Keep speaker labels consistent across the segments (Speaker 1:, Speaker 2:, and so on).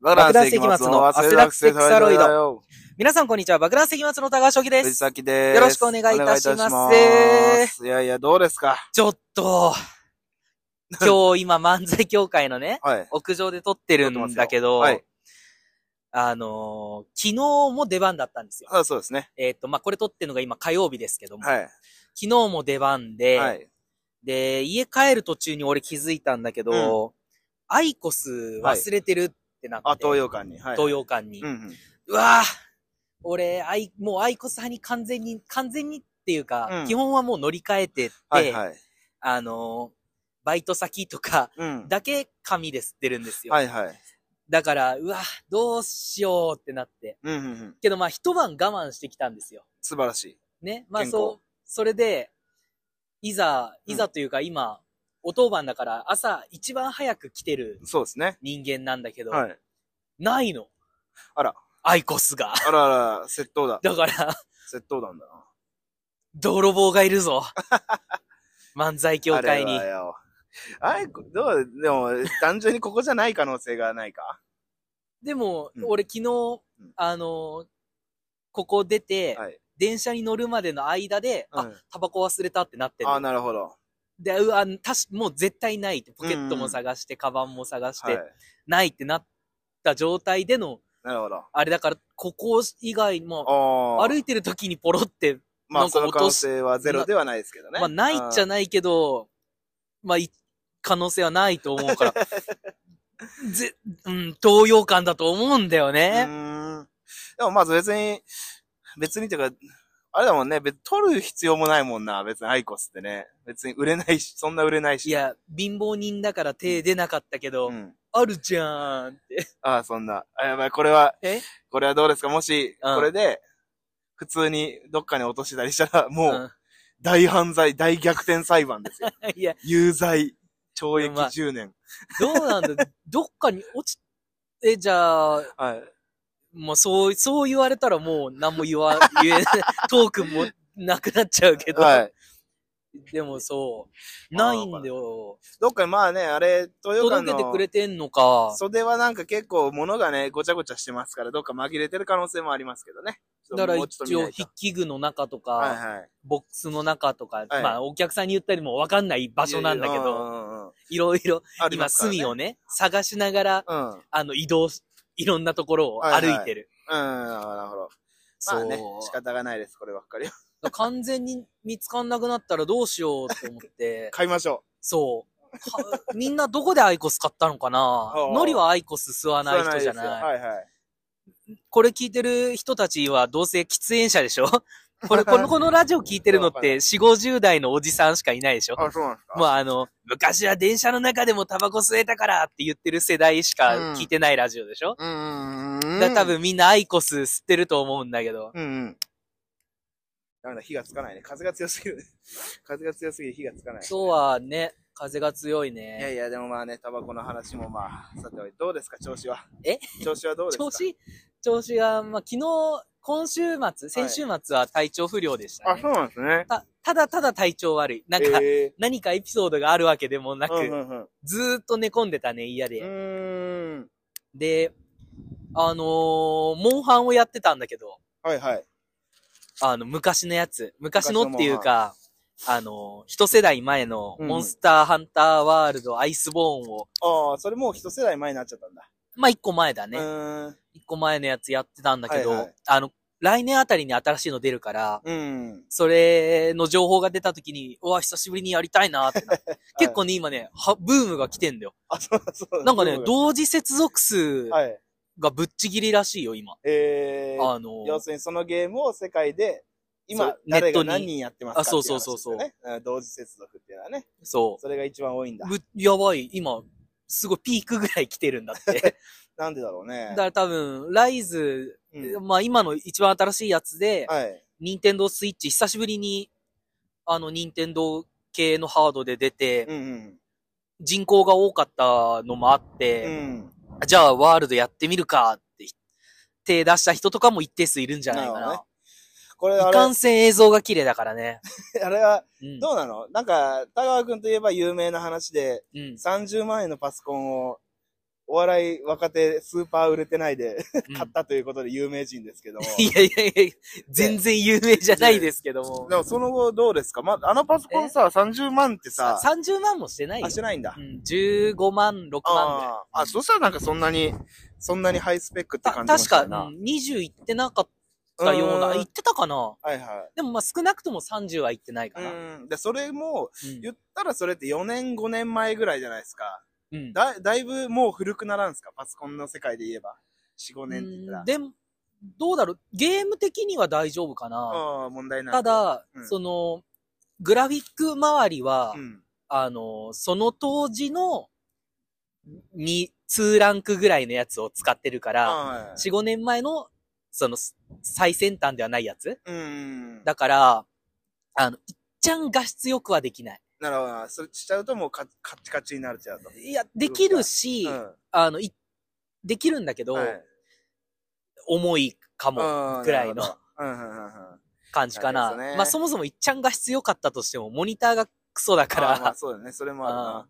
Speaker 1: 爆弾石末の汗だくセクサロイド。
Speaker 2: 皆さんこんにちは。爆弾石松の高橋です。
Speaker 1: 藤崎です。
Speaker 2: よろしくお願いいたします
Speaker 1: お願いいたしますいやいや、どうですか
Speaker 2: ちょっ と、今日今漫才協会のね、
Speaker 1: はい。
Speaker 2: 屋上で撮ってるんだけど、
Speaker 1: はい
Speaker 2: あのー昨日も出番だったんですよ。
Speaker 1: あそうですね。
Speaker 2: えっ、と、まあ、これ撮ってるのが今火曜日ですけども、
Speaker 1: は
Speaker 2: 昨日も出番
Speaker 1: い。
Speaker 2: で、
Speaker 1: はい。
Speaker 2: で、家帰る途中に俺気づいたんだけど、アイコス忘れてるってなって、
Speaker 1: あ、東洋館に。はい。
Speaker 2: 東洋館に。
Speaker 1: うんうん。
Speaker 2: うわぁ、俺、アイ、もうアイコス派に完全に、完全にっていうか、
Speaker 1: うん
Speaker 2: 基本はもう乗り換えてって、
Speaker 1: はいはい。
Speaker 2: あのー、バイト先とか
Speaker 1: うん。
Speaker 2: だけ紙で吸ってるんですよ。
Speaker 1: はいはい。
Speaker 2: だから、うわどうしようってなって。
Speaker 1: うんうんうん。
Speaker 2: けどまあ一晩我慢してきたんですよ。
Speaker 1: 素晴らしい。
Speaker 2: ね。まあ
Speaker 1: 健康
Speaker 2: そう、それで、いざ、
Speaker 1: うん
Speaker 2: いざというか今、お当番だから朝一番早く来てる
Speaker 1: そうですね。
Speaker 2: 人間なんだけど、
Speaker 1: はい。
Speaker 2: ないの。
Speaker 1: あら。
Speaker 2: アイコスが。
Speaker 1: あらあら、窃盗だ。
Speaker 2: だから、
Speaker 1: 窃盗団だな。
Speaker 2: 泥棒がい るぞ。漫才協会に
Speaker 1: あ。れはよ。あいこ、どう、でも、単純にここじゃない可能性がないか。
Speaker 2: でも、
Speaker 1: うん
Speaker 2: 俺昨日
Speaker 1: ん、
Speaker 2: あのーここ出て、
Speaker 1: はい。
Speaker 2: 電車に乗るまでの間で、
Speaker 1: う
Speaker 2: あ
Speaker 1: ん、
Speaker 2: タバコ忘れたってなってる
Speaker 1: あ、。なるほど。
Speaker 2: で、うわ、たし、もう絶対ないって、ポケットも探して、カバンも探し
Speaker 1: はい
Speaker 2: て、。ないってなった状態での、
Speaker 1: なるほど。
Speaker 2: あれだから、ここ以外も、
Speaker 1: ああ。
Speaker 2: 歩いてる時にポロって、
Speaker 1: ま
Speaker 2: な
Speaker 1: あ、
Speaker 2: ん
Speaker 1: そ
Speaker 2: か
Speaker 1: の可能
Speaker 2: 落とす
Speaker 1: 性はゼロではないですけどね。
Speaker 2: まあ、ないっちゃ
Speaker 1: な
Speaker 2: ないけど、まあ、い可能性はないと思 うから、ぜ、うん、東洋館だと思うんだよね。
Speaker 1: ね。でも、まあ、別に、別にっていうか、あれだもんね、別に取る必要もないもんな、別にアイコスってね。別に売れないし、そんな売れないし。
Speaker 2: い、や、貧乏人だから手出なかったけど、
Speaker 1: うん。
Speaker 2: あるじゃーんって。
Speaker 1: ああ、そんな。あ、やばい、これは、
Speaker 2: え
Speaker 1: これはどうですかもし、
Speaker 2: うん
Speaker 1: これで、普通にどっかに落としたりしたら、もう、
Speaker 2: うん
Speaker 1: 大犯罪、大逆転裁判 ですよ。
Speaker 2: いや、
Speaker 1: 有罪、懲役
Speaker 2: まあ
Speaker 1: 10年。
Speaker 2: どうな んだ、どっかに落ち、え、じゃあ、
Speaker 1: はい。
Speaker 2: もうそう、そう言われたらもう何も言わ、 言え、トークもなくなっちゃうけど。
Speaker 1: はい。
Speaker 2: でもそう、
Speaker 1: まあ
Speaker 2: ないんだよ。
Speaker 1: どっかにまあね、あれ、豊川
Speaker 2: 届
Speaker 1: の
Speaker 2: けてくれてんのか。
Speaker 1: 袖はなんか結構物がね、ごちゃごちゃしてますから、どっか紛れてる可能性もありますけどね。ちょっと
Speaker 2: だから
Speaker 1: もう
Speaker 2: 一
Speaker 1: ちょっと見
Speaker 2: 応
Speaker 1: ないと
Speaker 2: 筆記具の中とか、
Speaker 1: はいはい。
Speaker 2: ボックスの中とか、
Speaker 1: はい
Speaker 2: まあお客さんに言ったりもわかんない場所なんだけ
Speaker 1: いやいやう
Speaker 2: ど、
Speaker 1: んうんうん
Speaker 2: いろいろ、
Speaker 1: あり
Speaker 2: 今
Speaker 1: ますからね
Speaker 2: 隅をね、探しながら、
Speaker 1: うん。
Speaker 2: あの移動し、いろんなところを歩いてる。
Speaker 1: うん、なるほど。まあね、仕方がないです、こればっかりは。
Speaker 2: そう。完全に見つかんなくなったらどうしようと思 って。
Speaker 1: 買いましょ
Speaker 2: そう。かみんなどこでアイコス買ったのかな
Speaker 1: ああ
Speaker 2: ノリはアイコス吸わ
Speaker 1: う。
Speaker 2: ない人じゃ
Speaker 1: 吸わ
Speaker 2: ない。
Speaker 1: ですよはいはい。
Speaker 2: これ聞いてる人たちはどうせ喫煙者でしょ これ、この、このラジオ聞いてるのっ
Speaker 1: わかんな
Speaker 2: て4、50代のおじさんしかいないでしょ
Speaker 1: あ、そうなんですか。
Speaker 2: もうあの、昔は電車の中でもタバコ吸えたからって言ってる世代しか聞いてないラジオでしょ、
Speaker 1: うん
Speaker 2: だから多。分みんなアイコス吸ってると思うんだけど。
Speaker 1: うんうん。なんだ、火がつかないね。風が強すぎる。 風が強すぎて火がつかない。
Speaker 2: 今日はね、風が強い
Speaker 1: いや
Speaker 2: ね。
Speaker 1: いや、でもまあね、タバコの話もまあ、さておいて、どうですか、調子は。
Speaker 2: え
Speaker 1: 調子はどうですか
Speaker 2: 調子調子が、まあ、昨日、今週末、先週末は体調不良でしたね。
Speaker 1: うなんですね。
Speaker 2: た、ただただ体調悪い。なんか、
Speaker 1: え
Speaker 2: 何かエピソードがあるわけでもな
Speaker 1: ー
Speaker 2: く、
Speaker 1: うんうんうん
Speaker 2: ずーっと寝込んでたね、嫌
Speaker 1: う
Speaker 2: で。
Speaker 1: ーん。
Speaker 2: で、あのーモンハンをやってたんだけど、
Speaker 1: はいはい。
Speaker 2: あの、昔のやつ。昔のっていうか、あのー一世代前のモンスターハンターワールドアイスボーンを、
Speaker 1: ああ、それもう一世代前になっちゃったんだ。
Speaker 2: まあ、一個前だ
Speaker 1: う
Speaker 2: ね。
Speaker 1: ーん。
Speaker 2: 一個前のやつやってたんだけど、
Speaker 1: はいはい
Speaker 2: あの、来年あたりに新しいの出るから、
Speaker 1: うん。
Speaker 2: それの情報が出た時に、うわ、久しぶりにやりたいなってなって結構ね、今ね、はブームが来てんだよ。
Speaker 1: あ、そうだそうだ
Speaker 2: なんかね
Speaker 1: そ、うだ
Speaker 2: 同時接続数
Speaker 1: はい。
Speaker 2: がぶっちぎりらしいよ、今。
Speaker 1: えー、
Speaker 2: あの、
Speaker 1: 要するにそのゲームを世界で、
Speaker 2: そ
Speaker 1: 今
Speaker 2: う、
Speaker 1: 誰が
Speaker 2: ネットに
Speaker 1: 何人やってますかってい
Speaker 2: あそうそうそうそう
Speaker 1: 話ですよね。うん同時接続っていうのはね。
Speaker 2: そ
Speaker 1: それが一番多いんだ
Speaker 2: う。。ぶ、やばい、今、すごいピークぐらい来てるんだって。
Speaker 1: なんでだろうね
Speaker 2: だ。から多分、ライズ、
Speaker 1: うん
Speaker 2: まあ今の一番新しいやつで、
Speaker 1: はい。
Speaker 2: ニンテンドースイッチ久しぶりに、あの、ニンテンドー系のハードで出て、
Speaker 1: うんうん。
Speaker 2: 人口が多かったのもあっ
Speaker 1: う
Speaker 2: て、
Speaker 1: ん。
Speaker 2: じゃあワールドやってみるかって、手出した人とかも一定数いるんじゃないか
Speaker 1: なるほ
Speaker 2: な。
Speaker 1: これあ
Speaker 2: い
Speaker 1: れ
Speaker 2: か、んせん映像が綺麗だからね。
Speaker 1: あれは、
Speaker 2: うん。
Speaker 1: どうなのなんか、田川くんといえば有名な話で、
Speaker 2: うん。
Speaker 1: 30万円のパソコンをお笑い若手スーパー売れてないで
Speaker 2: うん
Speaker 1: 買ったということで有名人ですけども。
Speaker 2: いやいやいや、全然有名じゃないですけども
Speaker 1: で。もその後どうですかまあ、あのパソコンさ、30万ってさ、
Speaker 2: 30万もしてないよ
Speaker 1: あ、し。てないんだ
Speaker 2: う。ん、15万、6万ぐらい。
Speaker 1: あーあ、そしたらなんかそんなに、そんなにハイスペックって
Speaker 2: た
Speaker 1: 感じもし
Speaker 2: 確か、
Speaker 1: な
Speaker 2: う
Speaker 1: い
Speaker 2: ん
Speaker 1: な。
Speaker 2: 20行ってなかったような、
Speaker 1: うん
Speaker 2: 行ってたかな
Speaker 1: はいは
Speaker 2: でもまあ少なくとも30は行ってないか
Speaker 1: い。
Speaker 2: な。
Speaker 1: うん。で、それも、言ったらそれって4年5年前ぐらいじゃないですか。
Speaker 2: うん
Speaker 1: だ、だいぶもう古くならんすかパソコンの世界で言えば。4、5年って言ったら。
Speaker 2: でも、どうだろうゲーム的には大丈夫かな
Speaker 1: ああ、問題ない。
Speaker 2: た、だ、
Speaker 1: うん
Speaker 2: その、グラフィック周りは、
Speaker 1: うん。
Speaker 2: あの、その当時の、に、2ランクぐらいのやつを使ってるから、
Speaker 1: はい。
Speaker 2: 4、5年前の、その、最先端ではないやつ
Speaker 1: うん。
Speaker 2: だから、あの、いっちゃん画質よくはできない。
Speaker 1: なるほどな。それしちゃうともうカカッチカチになっちゃうと。
Speaker 2: いや、できるし、
Speaker 1: うん
Speaker 2: あの、い、できるんだけど、
Speaker 1: はい
Speaker 2: 重いかも、
Speaker 1: うん
Speaker 2: くらいの
Speaker 1: なるほどうんうんうんうん。
Speaker 2: 感じか
Speaker 1: なる
Speaker 2: な。
Speaker 1: ほどね
Speaker 2: まあ、そもそもいっちゃんが必要かったとしても、モニターがクソだか
Speaker 1: あーまあ
Speaker 2: ら、
Speaker 1: そうだね。それもあるな。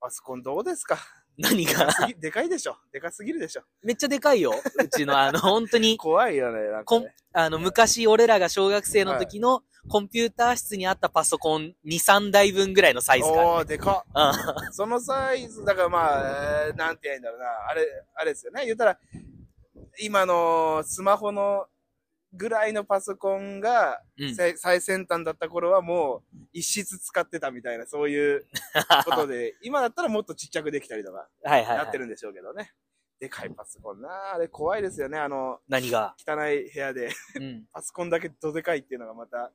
Speaker 1: パソコンどうですか
Speaker 2: 何
Speaker 1: でか
Speaker 2: が、
Speaker 1: すぎでかいでしょでかすぎるでしょ
Speaker 2: めっちゃでかいよ。うちの、あの、本当に、
Speaker 1: 怖いよね。なんか
Speaker 2: こん
Speaker 1: ね。
Speaker 2: あの、昔、俺らが小学生の時の、コンピューター室にあったパソコン2、3台分ぐらいのサイズが
Speaker 1: おー、でかっ。
Speaker 2: ある。うん
Speaker 1: そのサイズ、だからまあ、えーなんて言えばいいんだろうな。あれ、あれですよね。言ったら、今のスマホのぐらいのパソコンが、
Speaker 2: うん
Speaker 1: さい最先端だった頃はもう一室使ってたみたいな、そう いうことで、今だったらもっとちっちゃくできたりとか、
Speaker 2: はいはい、
Speaker 1: な
Speaker 2: は
Speaker 1: って
Speaker 2: い。
Speaker 1: るんでしょうけどね。でかいパソコンなあれ怖いですよね。あの、
Speaker 2: 何が、
Speaker 1: 汚い部屋で、
Speaker 2: うん。
Speaker 1: パソコンだけどでかいっていうのがまた、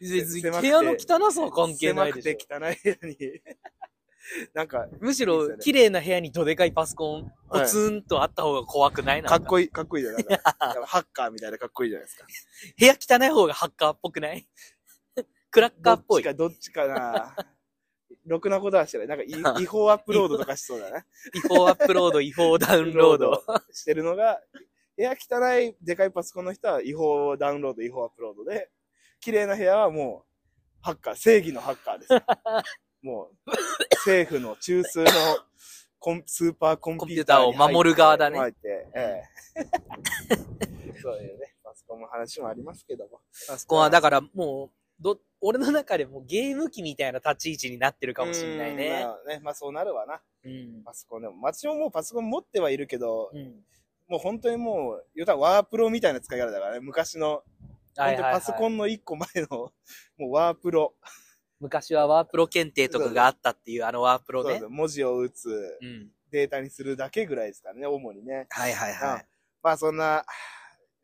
Speaker 2: 別に
Speaker 1: 狭く
Speaker 2: 部
Speaker 1: て
Speaker 2: 屋の汚さは関係ないでしょ
Speaker 1: 狭く。て汚い部屋に、 なんか、
Speaker 2: むし
Speaker 1: いいです
Speaker 2: ろ
Speaker 1: よ、ね
Speaker 2: 綺麗な部屋にどでかいパソコン、ポツンとあった方が怖くないな
Speaker 1: か
Speaker 2: ん
Speaker 1: っ
Speaker 2: か。
Speaker 1: こいい、かっこいいじゃないなんかハッカーみたいなかっこいいじゃないですか。
Speaker 2: 部屋汚い方がハッカーっぽくない クラッカーっぽい。
Speaker 1: どっちか、どっちかな。ろくなことはしてない。なん かい、違法アップロードとかしそうだね。
Speaker 2: 違法アップロ ード、違法ダウンロード。
Speaker 1: してるのが、部屋汚い、でかいパソコンの人は違法ダウンロード、違法アップロードで、綺麗な部屋はもう、ハッカー、正義のハッカー です。もう、政府の中枢のコンスーパーコンピューターに入って。
Speaker 2: コンピューターを守る側だね
Speaker 1: 入ってええそういうね、パソコンの話もありますけども。
Speaker 2: パソコンはだからもう、ど、俺の中でもうゲーム機みたいな立ち位置になってるかもしれない
Speaker 1: うん
Speaker 2: ね。
Speaker 1: まあね、まあそうなるわな。
Speaker 2: うん。
Speaker 1: パソコンでも。私ももうパソコン持ってはいるけど、
Speaker 2: うん。
Speaker 1: もう本当にもう、言うたらワープロみたいな使い方だからね。昔の、
Speaker 2: は
Speaker 1: 本
Speaker 2: いは
Speaker 1: 当
Speaker 2: い、はい。
Speaker 1: パソコンの一個前の、 もうワープロ。
Speaker 2: 昔はワープロ検定とかがあったっていうあのワープロ
Speaker 1: そう
Speaker 2: ね
Speaker 1: そう。文字を打つ、
Speaker 2: うん。
Speaker 1: データにするだけぐらいですからね、主にね。
Speaker 2: はいはいはい。
Speaker 1: まあそんな、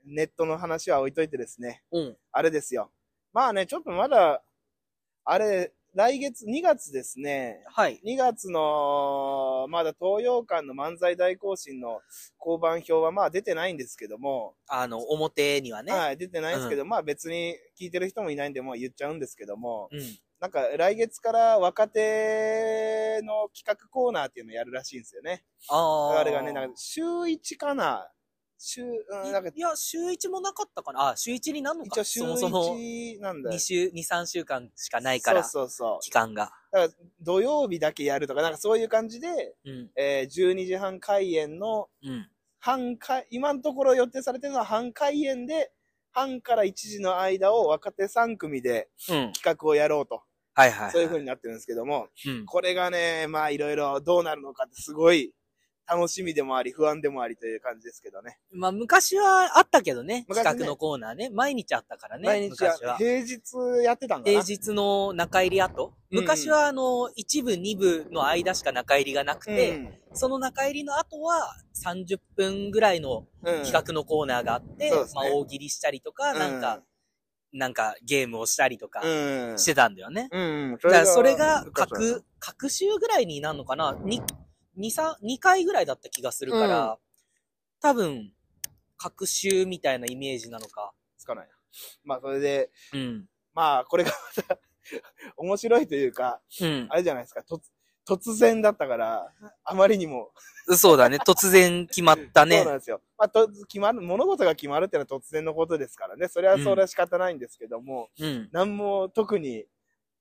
Speaker 1: ネットの話は置いといてですね。
Speaker 2: うん。
Speaker 1: あれですよ。まあね、ちょっとまだ、あれ、来月、2月ですね。
Speaker 2: はい。
Speaker 1: 2月の、まだ東洋館の漫才大行進の交番表はまあ出てないんですけども、
Speaker 2: あの、表にはね。
Speaker 1: はい、出てないんですけど、まあ別に聞いてる人もいないんで、もう言っちゃうんですけども、
Speaker 2: うん。
Speaker 1: なんか来月から若手の企画コーナーっていうのやるらしいんですよね。
Speaker 2: ああ。
Speaker 1: あれがね、なんか週1かな週、うん、なんか
Speaker 2: いや、週一もなかったかな。あ、週一になるの
Speaker 1: 一応
Speaker 2: か。
Speaker 1: 週
Speaker 2: そもそも、
Speaker 1: 1なんだよ
Speaker 2: 2。週、二3週間しかないから、
Speaker 1: そうそうそ
Speaker 2: 期間が。
Speaker 1: う。土曜日だけやるとか、なんかそういう感じで、
Speaker 2: うん。
Speaker 1: えー、12時半開演の
Speaker 2: うん。
Speaker 1: 半開、今のところ予定されてるのは半開演で、半から1時の間を若手3組で
Speaker 2: うん。
Speaker 1: 企画をやろうと、
Speaker 2: はいはい、はい。
Speaker 1: そういう風になってるんですけども、
Speaker 2: うん。
Speaker 1: これがね、まあいろいろどうなるのかってすごい楽しみでもあり、不安でもありという感じですけどね。
Speaker 2: まあ、昔はあったけどね。
Speaker 1: 昔ね
Speaker 2: 企画のコーナーね。毎日あったからね。
Speaker 1: 毎日や
Speaker 2: 昔は。
Speaker 1: 平日やってたんかな
Speaker 2: 平日の中入り
Speaker 1: う
Speaker 2: 後。
Speaker 1: ん
Speaker 2: 昔は、あの、一部、二部の間しか中入りがなくて、
Speaker 1: うん
Speaker 2: その中入りの後は、30分ぐらいの
Speaker 1: うん
Speaker 2: 企画のコーナーがあって、
Speaker 1: そうですね
Speaker 2: まあ、大喜利したりとか、なんか、、なんか、ゲームをしたりとか
Speaker 1: う、ん。うん
Speaker 2: してたんだよね。
Speaker 1: うん。
Speaker 2: だから、それが、
Speaker 1: 各
Speaker 2: 各、各週ぐらいになるのかなに、二三、二回ぐらいだった気がするから、多分、各週みたいなイメージなのか。
Speaker 1: つかないな。まあそれで、
Speaker 2: うん。
Speaker 1: まあこれがまた 面白いというか、
Speaker 2: うん。
Speaker 1: あれじゃないですか、突突然だったから、あまりにも。
Speaker 2: そうだね。突然決まった
Speaker 1: そう
Speaker 2: ね
Speaker 1: な。んですよ。まあ、と決まる、物事が決まるっていうのは突然のことですからね。それはそれは仕方ないんですけども、
Speaker 2: うん。
Speaker 1: なんも特に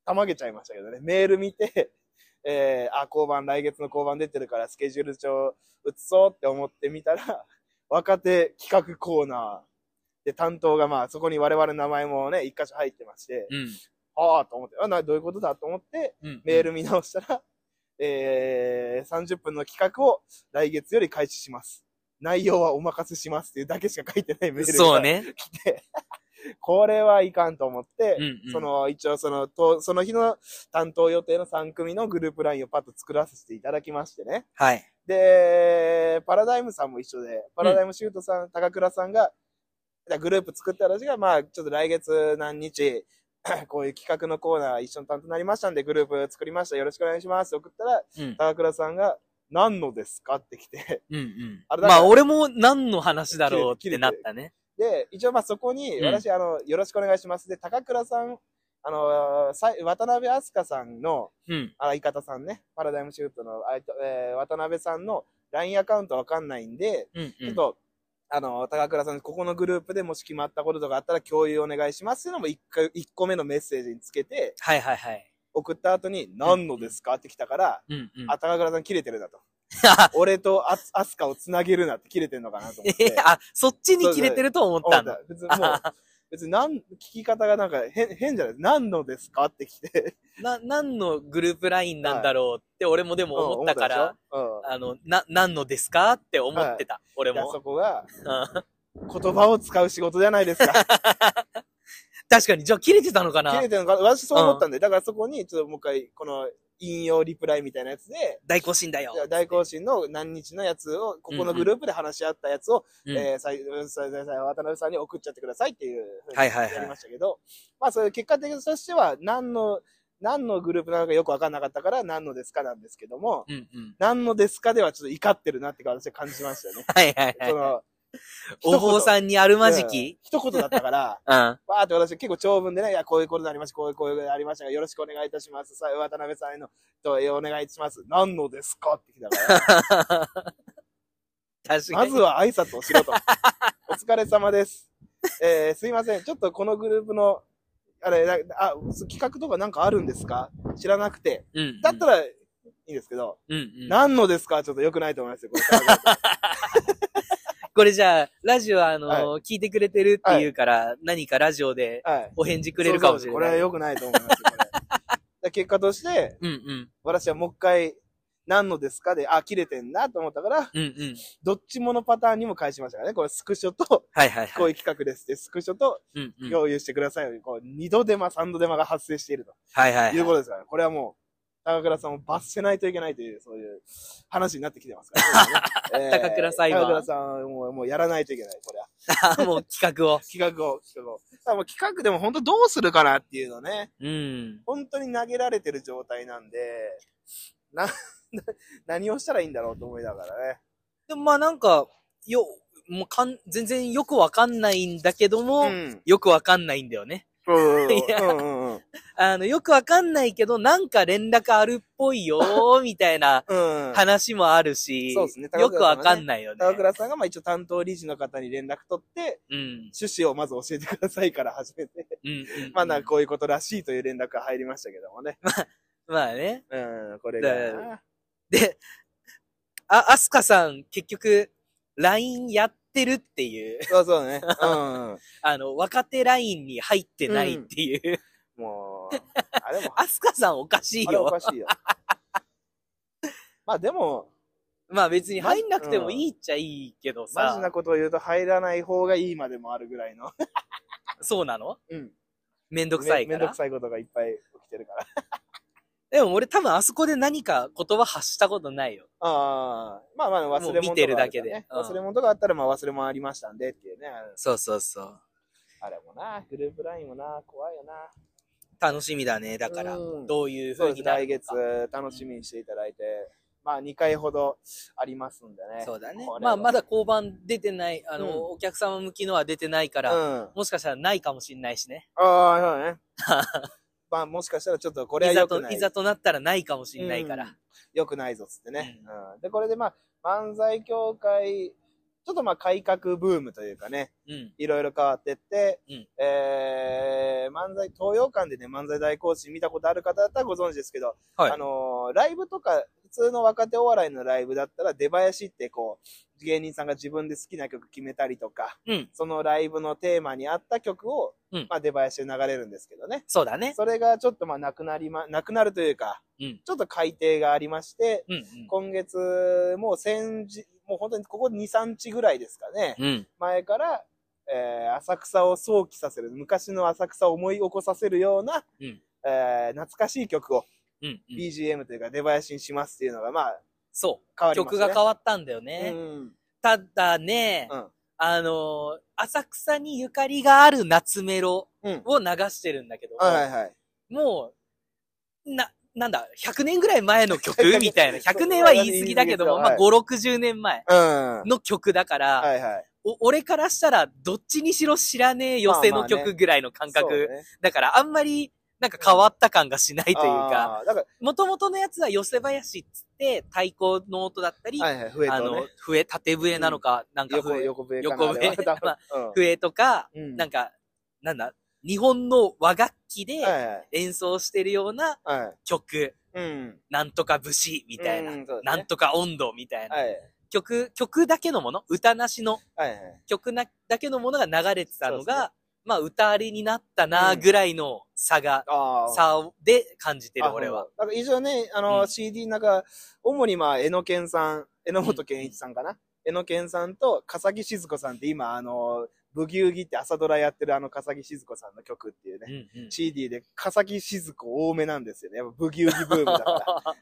Speaker 1: たまげちゃいましたけどね。メール見て、 えー、あ、交番、来月の交番出てるから、スケジュール帳移そうって思ってみたら、 若手企画コーナーで担当が、まあ、そこに我々の名前もね、一箇所入ってまして、
Speaker 2: うん。
Speaker 1: ああ、と思って、あ、な、どういうことだと思って、
Speaker 2: うん。
Speaker 1: メール見直したら、えー、30分の企画を来月より開始します。内容はお任せしますっていうだけしか書いてないメールが
Speaker 2: そうね。
Speaker 1: これはいかんと思って、
Speaker 2: うんうん
Speaker 1: その、一応その、とその日の担当予定の3組のグループラインをパッと作らせていただきましてね。
Speaker 2: はい。
Speaker 1: で、パラダイムさんも一緒で、パラダイムシュートさん、高倉さんが、グループ作った私が、まあ、ちょっと来月何日、 こういう企画のコーナー一緒に担当になりましたんで、グループ作りました。よろしくお願いします。送ったら、
Speaker 2: うん。
Speaker 1: 高倉さんが、何のですかって来て、
Speaker 2: うんうん。
Speaker 1: あれだか
Speaker 2: ま
Speaker 1: ら
Speaker 2: あ、俺も何の話だろうってなったね。
Speaker 1: で、一応まあそこに、
Speaker 2: うん
Speaker 1: 私、あの、よろしくお願いします。で、高倉さん、あのーさい渡辺飛鳥さんの
Speaker 2: うん。
Speaker 1: あ相方さんね、パラダイムシュートの、あいとえー渡辺さんの LINE アカウントわかんないんで、
Speaker 2: うんう
Speaker 1: ちょっ
Speaker 2: ん。
Speaker 1: と、あの、高倉さん、ここのグループでもし決まったこととかあったら共有お願いしますっていうのも一回一個目のメッセージにつけて、
Speaker 2: はいはいはい。
Speaker 1: 送った後に、何のですかって来たから、
Speaker 2: うんうん。
Speaker 1: あ、高倉さん切れてるなと。俺とあアスカをつなげるなって切れてるのかなと思って。
Speaker 2: あ、そっちに切れてると 思ったん
Speaker 1: 思っ
Speaker 2: だ。
Speaker 1: た普通、も う、別になん、聞き方がなんか変、変じゃない何のですかって来て。
Speaker 2: な、何のグループラインなんだろうって俺もでも思ったから、
Speaker 1: うん。思ったでし
Speaker 2: あの、な、何のですかって思ってた。俺
Speaker 1: ょうんいや、
Speaker 2: も。
Speaker 1: そこが、
Speaker 2: うん
Speaker 1: 言葉を使う仕事じゃないですか。
Speaker 2: 確かに、じゃあ切れてたのか
Speaker 1: 切
Speaker 2: な
Speaker 1: れてるのか、私そう思ったんで、だからそこに、ちょっともう一回、この、引用リプライみたいなやつで、
Speaker 2: 大行進だよ。
Speaker 1: 大行進の何日のやつを、ここのグループで話し合ったやつを、
Speaker 2: うん
Speaker 1: えー、さい、さい、さい、渡辺さんに送っちゃってくださいっていうふうに
Speaker 2: はいはいはい
Speaker 1: やりましたけど、まあそういう結果的としては、何の、何のグループなのかよくわかんなかったから、何のですかなんですけども、
Speaker 2: うんうん。。
Speaker 1: 何のですかではちょっと怒ってるなって私は感じましたよね
Speaker 2: はいはい
Speaker 1: そ
Speaker 2: はい。
Speaker 1: の、
Speaker 2: お坊
Speaker 1: ん
Speaker 2: さんにあるまじき
Speaker 1: 一言だったから、
Speaker 2: うん。
Speaker 1: わーって私結構長文でね、いや、こういうことになりました、こういう、こういうことになりましたが、よろしくお願いいたします。さ渡辺さんへの、と、えお願いします。何のですかって来たから、
Speaker 2: 確か
Speaker 1: ま
Speaker 2: に。
Speaker 1: ずは挨拶をしろと。お疲れ様です。えー、すいません。ちょっとこのグループの、あれ、なあ、企画とかなんかあるんですか知らなくて。
Speaker 2: うんうん。
Speaker 1: だったら、いいんですけど、
Speaker 2: うんうん。
Speaker 1: 何のですかちょっと良くないと思いますよ、これ。
Speaker 2: これじゃあ、ラジオあのー、
Speaker 1: は
Speaker 2: 聞いてくれてるっていうから、何かラジオで
Speaker 1: はい。
Speaker 2: お返事 くれるかもし
Speaker 1: そうそ
Speaker 2: れ
Speaker 1: うこれ
Speaker 2: な。
Speaker 1: はい良くないと思いますよ、これ で結果として、
Speaker 2: うんうん。
Speaker 1: 私はもう一回、何のですかで、あ、切れてんなと思ったから、
Speaker 2: うんうん。
Speaker 1: どっちものパターンにも返しましたからね。これスクショと、
Speaker 2: はいはい
Speaker 1: こ
Speaker 2: は
Speaker 1: うい
Speaker 2: い。
Speaker 1: う企画ですって、スクショと
Speaker 2: うんうん。はい
Speaker 1: 共有してくださいように、こう、二度デマ、三度デマが発生していると
Speaker 2: はいはい。。
Speaker 1: いうことですから、ね、これはもう、高倉さんを罰せないといけないという、そういう話になってきてますからね
Speaker 2: 高倉裁判
Speaker 1: 高倉さんはもう、もうやらないといけない、これは。
Speaker 2: もう企画を。
Speaker 1: 企画を、企画を。だからもう企画でも本当どうするかなっていうのね。
Speaker 2: うん。
Speaker 1: 本当に投げられてる状態なんで、な、 何をしたらいいんだろうと思いながらね。
Speaker 2: でもまあなんか、よ、もうかん、全然よくわかんないんだけども、
Speaker 1: ん。
Speaker 2: よくわかんないんだよね。
Speaker 1: うん。
Speaker 2: いや
Speaker 1: うんうんうん。
Speaker 2: あの、よくわかんないけど、なんか連絡あるっぽいよー、みたいな
Speaker 1: うん。
Speaker 2: 話もあるし、
Speaker 1: そうですね
Speaker 2: よくわかんないよね。
Speaker 1: 高倉さんがまあ一応担当理事の方に連絡取って、
Speaker 2: うん。
Speaker 1: 趣旨をまず教えてくださいから始めて、
Speaker 2: うん、うん。
Speaker 1: まあなんかこういうことらしいという連絡が入りましたけども ね。
Speaker 2: まあね。
Speaker 1: うん、これ
Speaker 2: だ
Speaker 1: が。
Speaker 2: で、あ、アスカさん、結局、LINE やってるっていう、
Speaker 1: そうそう ね。うん。
Speaker 2: あの、若手 LINE に入ってないっていう、
Speaker 1: もう、あれも、
Speaker 2: アスカさんおかしい
Speaker 1: あれお
Speaker 2: よ。
Speaker 1: か しいよ。まあでも、
Speaker 2: まあ別に入んなくてもいいっちゃいいけど
Speaker 1: マ
Speaker 2: さ
Speaker 1: ジ、なことを言うと入らない方がいいまでもあるぐらいの。
Speaker 2: そうなの
Speaker 1: うん。
Speaker 2: め
Speaker 1: め
Speaker 2: んどくさい
Speaker 1: め
Speaker 2: か
Speaker 1: んど
Speaker 2: ら
Speaker 1: く。さいことがいっぱい起きてるから。
Speaker 2: でも俺多分あそこで何か言葉発したことないよ。
Speaker 1: ああ、まあまあ忘れ物と
Speaker 2: もう
Speaker 1: かあるからね、
Speaker 2: 見てるだけでうん
Speaker 1: 忘れ物とかあったら、まあ忘れ物ありましたんでっていうね。あの
Speaker 2: そうそうそう。
Speaker 1: あれもな、グループラインもな、怖いよな。
Speaker 2: 楽しみだね。だから
Speaker 1: うん、
Speaker 2: どういう
Speaker 1: そう
Speaker 2: 風
Speaker 1: です
Speaker 2: に
Speaker 1: ね、
Speaker 2: なる
Speaker 1: 来
Speaker 2: のか
Speaker 1: 月楽しみにしていただいて、まあ2回ほどありますんでね。
Speaker 2: そうだね
Speaker 1: こ。れ
Speaker 2: ま
Speaker 1: は
Speaker 2: あまだ交番出てない、あの、
Speaker 1: うん
Speaker 2: お客様向きのは出てないか
Speaker 1: うん。
Speaker 2: ら、
Speaker 1: あ
Speaker 2: もしかしたらないかもしんないしね。
Speaker 1: あ、そう だね。まあもしかしたらちょっとこれはい
Speaker 2: ざ
Speaker 1: 良く
Speaker 2: と、
Speaker 1: ない。
Speaker 2: いざとなったらないかもしんないから。
Speaker 1: うん良くないぞっつってね、
Speaker 2: う
Speaker 1: うんで、これでまあ、漫才協会ちょっとまあ改革ブームというかね、
Speaker 2: うん。
Speaker 1: いろいろ変わってって、
Speaker 2: うん
Speaker 1: えー、漫才、東洋館でね、漫才大行進見たことある方だったらご存知ですけど、
Speaker 2: はい
Speaker 1: あのーライブとか、普通の若手お笑いのライブだったら、出囃子ってこう、芸人さんが自分で好きな曲決めたりとか、
Speaker 2: うん。
Speaker 1: そのライブのテーマに合った曲を、
Speaker 2: うん
Speaker 1: まあ出囃子で流れるんですけどね。
Speaker 2: そうだね。
Speaker 1: それがちょっとまあなくなりま、なくなるというか、
Speaker 2: うん
Speaker 1: ちょっと改定がありまして、
Speaker 2: うん。うん
Speaker 1: 今月、もう先日、もう本当にここ2、3日ぐらいですかね。
Speaker 2: うん。
Speaker 1: 前から、えー浅草を想起させる、昔の浅草を思い起こさせるような、
Speaker 2: うん
Speaker 1: えー懐かしい曲を
Speaker 2: うん。うん。
Speaker 1: BGM というか出囃子にしますっていうのが、まあ、
Speaker 2: そ
Speaker 1: 変わ
Speaker 2: う。
Speaker 1: りま
Speaker 2: 曲
Speaker 1: した、
Speaker 2: が
Speaker 1: ね。
Speaker 2: 変わったんだよね。
Speaker 1: うん。
Speaker 2: ただね、
Speaker 1: うん
Speaker 2: あのー浅草にゆかりがある夏メロ
Speaker 1: うん。
Speaker 2: を流してるんだけども、
Speaker 1: はいはいはい。
Speaker 2: もう、な、なんだ、100年ぐらい前の曲みたいな。
Speaker 1: そう
Speaker 2: 100年は言い過ぎだけども、
Speaker 1: 言い
Speaker 2: ま
Speaker 1: 過ぎ
Speaker 2: あ
Speaker 1: ですよ
Speaker 2: 5、60年前
Speaker 1: うん。
Speaker 2: の曲だから、
Speaker 1: はいはい。
Speaker 2: お俺からしたら、どっちにしろ知らねえ寄せの
Speaker 1: まあまあ
Speaker 2: 曲ぐらいの感覚。
Speaker 1: そうね
Speaker 2: だから、あんまり、なんか変わった感がしないというか、
Speaker 1: あーだか
Speaker 2: もともとのやつは寄せ林っつって、太鼓の音だったり、
Speaker 1: ら、はいはい、笛
Speaker 2: あ
Speaker 1: と
Speaker 2: の
Speaker 1: ね、、
Speaker 2: 笛、縦笛なのか、なんか
Speaker 1: 横、
Speaker 2: 笛、
Speaker 1: 横笛かな。
Speaker 2: 横笛
Speaker 1: あれは
Speaker 2: まあ
Speaker 1: 多分
Speaker 2: 笛とか、
Speaker 1: うん。うん
Speaker 2: なんか、なんだ、日本の和楽器
Speaker 1: は
Speaker 2: で
Speaker 1: いはい。
Speaker 2: 演奏してるような
Speaker 1: はい。
Speaker 2: 曲、
Speaker 1: うん。
Speaker 2: なんとか節みたいな、
Speaker 1: うんそうですね
Speaker 2: なんとか温度みたいな、
Speaker 1: はい。
Speaker 2: 曲、曲だけのもの、歌なしの
Speaker 1: はいはい。
Speaker 2: 曲なだけのものが流れてたの
Speaker 1: そうです
Speaker 2: が、まあ歌ありになったなぐらいの差が、
Speaker 1: ああ。
Speaker 2: 差をで感じてる俺は。
Speaker 1: あ。なんか一応ね、あの、
Speaker 2: うん
Speaker 1: CD なんか、主にまあ、江野健さん、江野本健一さんかな。江野健さんと、笠木静子さんって今、あの、ブギウギって朝ドラやってるあの笠木静子さんの曲っていう
Speaker 2: う
Speaker 1: ね。
Speaker 2: んうん
Speaker 1: CD で笠木静子多めなんですよね。やっぱブギウギブームだ か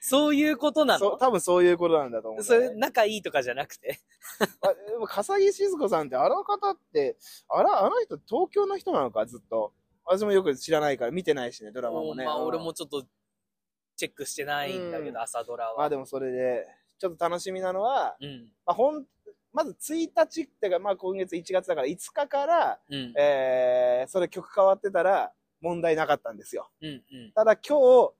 Speaker 2: そういうことな
Speaker 1: ら。そう
Speaker 2: の
Speaker 1: 多分そういうことなんだと思うん
Speaker 2: そ
Speaker 1: だよね、
Speaker 2: れ、仲いいとかじゃなくて。
Speaker 1: あでも笠木静子さんってあの方って、あら、あの人東京の人なのか、ずっと。私もよく知らないから見てないしね、ドラマもね。
Speaker 2: まあ
Speaker 1: うん
Speaker 2: 俺もちょっとチェックしてないんだけど、
Speaker 1: うん
Speaker 2: 朝ドラ
Speaker 1: まあ
Speaker 2: は。
Speaker 1: でもそれで、ちょっと楽しみなのは、
Speaker 2: うん。
Speaker 1: まあ、ほん、まず1日っていうか、まあ今月1月だから5日から、
Speaker 2: うん。
Speaker 1: えー、それ曲変わってたら問題なかったんですよ。
Speaker 2: うん。うん。
Speaker 1: ただ今日、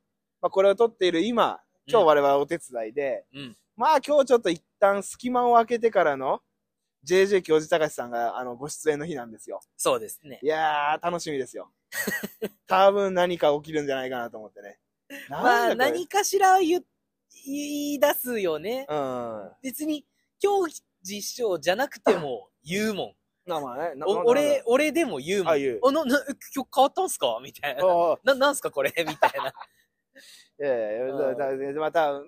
Speaker 1: まあこれを撮っている今、今日我々はお手伝いで、
Speaker 2: うん
Speaker 1: まあ今日ちょっと一旦隙間を空けてからの JJ 教授隆さんがあのご出演の日なんですよ。
Speaker 2: そうですね。
Speaker 1: いやー、楽しみです よ。多分何か起きるんじゃないかなと思ってね。
Speaker 2: まあ
Speaker 1: なんだこれ
Speaker 2: 何かしら言い言い出すよね。
Speaker 1: うん。
Speaker 2: 別に、競技実証じゃなくても言うもん。
Speaker 1: まあまあね。な
Speaker 2: お、俺、、俺でも言うもん。
Speaker 1: あ言う
Speaker 2: あ、な、な、今日変わったんすかみたい
Speaker 1: な
Speaker 2: な。
Speaker 1: んだろう
Speaker 2: な、なんすかこれみたいな。
Speaker 1: いやいや、
Speaker 2: うん
Speaker 1: だだまた、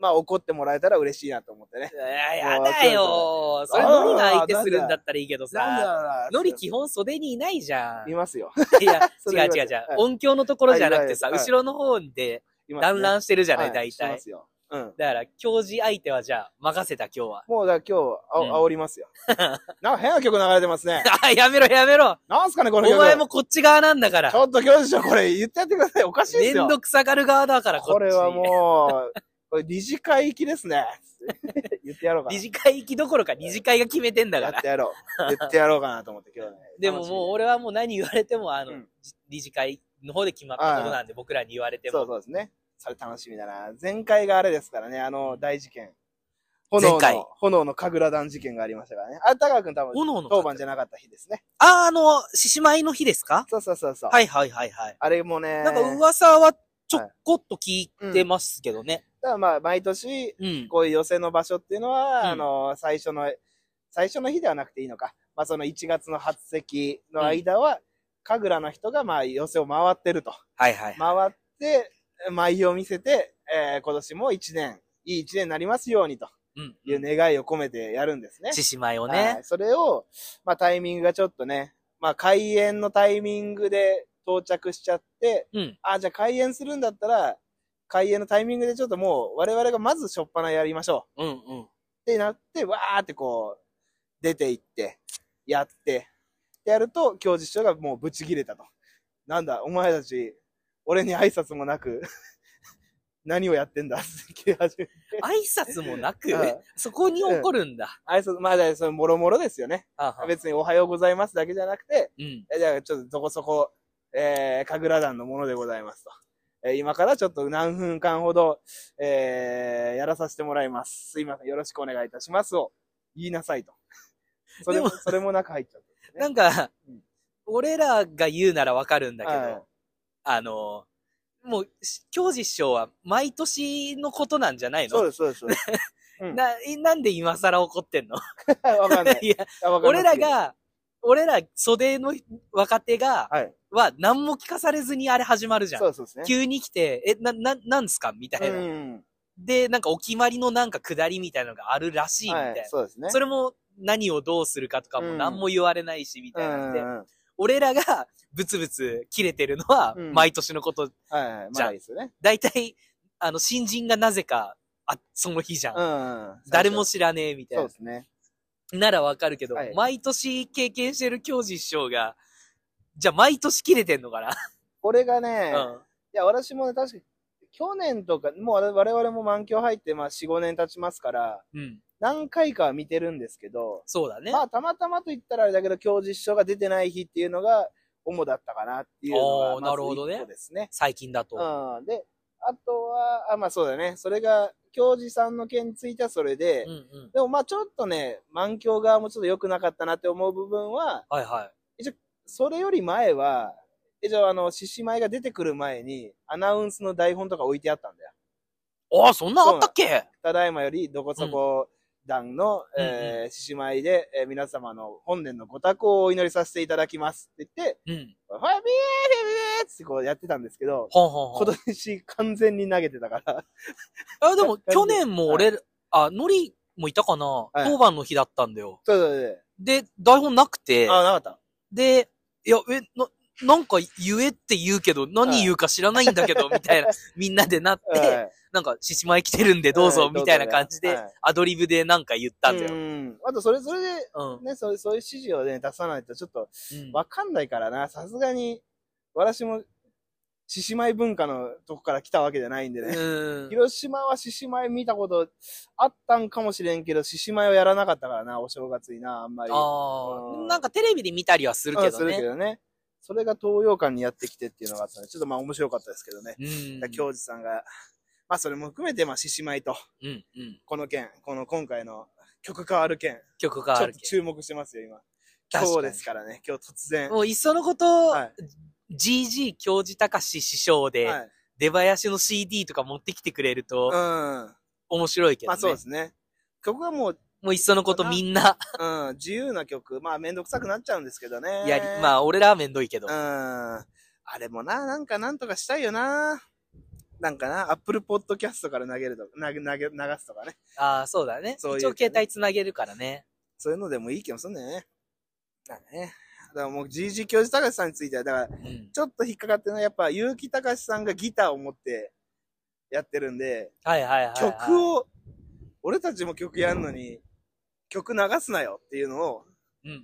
Speaker 1: まあ怒ってもらえたら嬉しいなと思って ね。
Speaker 2: いや、やだよ。それノリが相手するんだったらいいけどさ。
Speaker 1: だ
Speaker 2: ノリ基本袖にいないじゃん。
Speaker 1: い
Speaker 2: い
Speaker 1: ます よ。
Speaker 2: や、
Speaker 1: そ
Speaker 2: 違
Speaker 1: れ
Speaker 2: う違う違
Speaker 1: は
Speaker 2: う
Speaker 1: い。
Speaker 2: 音響のところじゃなくてさ、
Speaker 1: はいはい
Speaker 2: 後ろの方で
Speaker 1: いますね
Speaker 2: 乱乱してるじゃな
Speaker 1: は
Speaker 2: い、
Speaker 1: い
Speaker 2: 大
Speaker 1: してま
Speaker 2: 体。
Speaker 1: すよ。うん。
Speaker 2: だから、教示相手はじゃあ、任せた今日は。
Speaker 1: もうだから今日、あ
Speaker 2: うん
Speaker 1: 煽ります よ。なんか変な曲流れてますね。
Speaker 2: あ、やめろやめろ
Speaker 1: なんすかね、こ
Speaker 2: お
Speaker 1: の曲。
Speaker 2: 前もこっち側なんだか
Speaker 1: ち
Speaker 2: ら。
Speaker 1: ょっと教授長これ言ってやってください。おかしいで
Speaker 2: め
Speaker 1: す
Speaker 2: ん
Speaker 1: よ。
Speaker 2: どくさがる側だから、こっち。
Speaker 1: これはもう、これ理事会行きですね。 言ってやろうかな。
Speaker 2: 二次会行きどころか、二次会が決めてんだ
Speaker 1: や
Speaker 2: か
Speaker 1: っ
Speaker 2: ら。
Speaker 1: てやろう。言ってやろうかなと思って今日ね。
Speaker 2: でももう俺はもう何言われても、あの、
Speaker 1: うん
Speaker 2: 理事会の方で決まったことなんで、僕らに言われて
Speaker 1: そう
Speaker 2: も。
Speaker 1: そうですね。それ楽しみだな。前回があれですからね、あの、大事件。炎
Speaker 2: 前回
Speaker 1: の、炎の神楽団事件がありましたからね。あ、高くん多分、
Speaker 2: 炎の
Speaker 1: 当番じゃなかった日ですね。
Speaker 2: あ、あの、獅子舞の日ですか
Speaker 1: そうそうそうそう。
Speaker 2: はいはいはいはい。
Speaker 1: あれもね、
Speaker 2: なんか噂はちょこっと聞いてますけどね。
Speaker 1: だからまあ、毎年、
Speaker 2: うん。
Speaker 1: こういう寄せの場所っていうのは、
Speaker 2: うん
Speaker 1: あの、最初の、最初の日ではなくていいのか。まあ、その1月の初席の間は、神楽の人が、まあ、寄せを回ってると。
Speaker 2: はいはい。
Speaker 1: 回って、舞を見せて、えー今年も1年、いい1年になりますようにと。
Speaker 2: うん。
Speaker 1: いう願いを込めてやるんですね。
Speaker 2: 獅子舞を
Speaker 1: は
Speaker 2: ね
Speaker 1: い。それを、まあタイミングがちょっとね、まあ開演のタイミングで到着しちゃって、
Speaker 2: うん。
Speaker 1: あ、じゃあ開演するんだったら、開演のタイミングでちょっともう我々がまず初っ端やりましょ
Speaker 2: うんうん。
Speaker 1: う。ってなって、わーってこう、出て行って、やって、ってやると、教授長がもうブチ切れたと。なんだ、お前たち、俺に挨拶もなく、 何をやってんだって切れ始めて。
Speaker 2: 挨拶もなく
Speaker 1: うん、
Speaker 2: そこに怒るんだ。
Speaker 1: 挨拶、まあ、だからそのもろもろですよね。
Speaker 2: あは
Speaker 1: 別におはようございますだけじゃなくて、
Speaker 2: うん。
Speaker 1: えじゃあちょっとどこそこ、えー、神楽団のものでございますと。えー今からちょっと何分間ほど、えー、やらさせてもらいます。すいません。よろしくお願いいたしますを言いなさ いと。それ
Speaker 2: で
Speaker 1: も、
Speaker 2: も
Speaker 1: それも中入っちゃった、ね。
Speaker 2: なんか
Speaker 1: うん、
Speaker 2: 俺らが言うならわかるんだけ
Speaker 1: はい
Speaker 2: ど、あの、もう、し京二師匠は毎年のことなんじゃない
Speaker 1: そう
Speaker 2: の
Speaker 1: です、そうですそうです。うん
Speaker 2: な、なんで今更怒ってんの
Speaker 1: わかんない。
Speaker 2: いや、
Speaker 1: あわかんな
Speaker 2: 俺
Speaker 1: いです
Speaker 2: ら
Speaker 1: けど
Speaker 2: が、俺ら袖の若手が、
Speaker 1: はい。
Speaker 2: は何も聞かされずにあれ始まるじゃ
Speaker 1: そ
Speaker 2: ん。
Speaker 1: うそうですね。
Speaker 2: 急に来て、え、な、な、なんすかみたいな。
Speaker 1: うん。
Speaker 2: で、なんかお決まりのなんか下りみたいなのがあるらしいみたいな。
Speaker 1: はい、そうですね。
Speaker 2: それも何をどうするかとかも何も言われないし、みたいなんで、
Speaker 1: うんうんうん
Speaker 2: 俺らが ブツブツ切れてるのは
Speaker 1: うん
Speaker 2: 毎年のこと、
Speaker 1: はいはい。
Speaker 2: じゃ
Speaker 1: ま
Speaker 2: あ
Speaker 1: あいいですよね。
Speaker 2: 大体、あの、新人がなぜか、あ、その日じゃん。
Speaker 1: うんうん。
Speaker 2: 誰も知らねえみたい
Speaker 1: そう
Speaker 2: な
Speaker 1: で。すね。
Speaker 2: ならわかるけど、
Speaker 1: はい
Speaker 2: 毎年経験してる教師師匠が、じゃあ毎年切れてんのかな、
Speaker 1: これがね、
Speaker 2: うん。
Speaker 1: いや、私もね、確かに、去年とか、もう我々も満響入って、まあ、4、5年経ちますから、
Speaker 2: うん。
Speaker 1: 何回かは見てるんですけど、
Speaker 2: そうだね。
Speaker 1: まあ、たまたまと言ったらあれだけど、教実証が出てない日っていうのが、主だったかなっていうの
Speaker 2: あー
Speaker 1: が、ま
Speaker 2: な
Speaker 1: ず
Speaker 2: るほどね
Speaker 1: 一個ですね。
Speaker 2: 最近だと。
Speaker 1: うん。で、あとは、あ、まあそうだね。それが、教授さんの件についてはそれで、
Speaker 2: うんうん。
Speaker 1: でもまあちょっとね、満響側もちょっと良くなかったなって思う部分は、
Speaker 2: はいはい。
Speaker 1: それより前は、え、じゃああの、獅子舞が出てくる前に、アナウンスの台本とか置いてあったんだよ。
Speaker 2: ああ、そんなんあったっけ
Speaker 1: ただいまより、どこそこ団の、
Speaker 2: うん
Speaker 1: えー獅子舞で、えー皆様の本年のご多幸をお祈りさせていただきますって言って、
Speaker 2: うん。
Speaker 1: ファビービービーってこうやってたんですけど、
Speaker 2: ほんほんほん
Speaker 1: 今。年完全に投げてたから。
Speaker 2: あ、でも、
Speaker 1: 感じ
Speaker 2: 去年も俺、あ、ノリもいたかな、
Speaker 1: い
Speaker 2: 当番の日だったんだよ。
Speaker 1: そうそうそう
Speaker 2: で、台本なくて、
Speaker 1: あ、なかった。
Speaker 2: で、いや、え、な、なんか言えって言うけど、何言うか知らないんだけど、みたいな、みんなでなって、
Speaker 1: はい
Speaker 2: なんか、獅子舞来てるんでどうぞ、
Speaker 1: はい
Speaker 2: みたいな感じで、
Speaker 1: どうぞはい
Speaker 2: アドリブでなんか言ったん
Speaker 1: う
Speaker 2: だよ。
Speaker 1: んあと、それぞれで、
Speaker 2: うん。うん
Speaker 1: ね、そういう、そういう指示をね、出さないとちょっと、わかんないからな、さすがに、私も、獅子舞文化のとこから来たわけじゃないんでね。
Speaker 2: うん
Speaker 1: 広島は獅子舞見たことあったんかもしれんけど、獅子舞をやらなかったからな、お正月にな、あんまり。
Speaker 2: あ
Speaker 1: う
Speaker 2: あ、
Speaker 1: ん
Speaker 2: なんかテレビで見たりはする
Speaker 1: う
Speaker 2: け
Speaker 1: んす
Speaker 2: ど
Speaker 1: るけ
Speaker 2: ね。
Speaker 1: どね。それが東洋館にやってきてっていうのがあったので、ちょっとまあ面白かったですけどね。
Speaker 2: うん。
Speaker 1: 教授さんが、まあそれも含めて、まあ獅子舞と、
Speaker 2: うん、うん。
Speaker 1: この件、この今回の曲変わる件、
Speaker 2: 曲が
Speaker 1: ち
Speaker 2: あ
Speaker 1: ょっ
Speaker 2: る
Speaker 1: と
Speaker 2: け
Speaker 1: 注目してますよ、今。
Speaker 2: 確かに
Speaker 1: 今日ですからね、今日突然。
Speaker 2: ど。もう、いっそのこと、
Speaker 1: はい。
Speaker 2: GG 教授隆史師匠で、
Speaker 1: はい。
Speaker 2: 出囃子の CD とか持ってきてくれる
Speaker 1: うん。
Speaker 2: と
Speaker 1: ま
Speaker 2: 面白いけどね。
Speaker 1: あそうですね。曲はもう、
Speaker 2: もういっそのことみんな、
Speaker 1: うん、自由な曲。まあめんどくさくなっちゃうんですけどね。
Speaker 2: やり、まあ俺らはめんどいけど。
Speaker 1: あ。うん。あれもな、なんかなんとかしたいよな。なんかな、アップルポッドキャストから投げると、投げ、投げ、流すとかね。
Speaker 2: ああ、そうだね。
Speaker 1: そういう
Speaker 2: 一応携帯つなげるからね。
Speaker 1: そういうのでもいい気もすんだよね。なんかね。だからもう GG 教授隆さんについては、だから、
Speaker 2: うん。
Speaker 1: ちょっと引っかかってるのは、やっぱ、結城隆さんがギターを持ってやってるんで、
Speaker 2: はいはいはい、はい。
Speaker 1: 曲
Speaker 2: を、
Speaker 1: を、俺たちも曲やんのに、曲流すなよっていうのを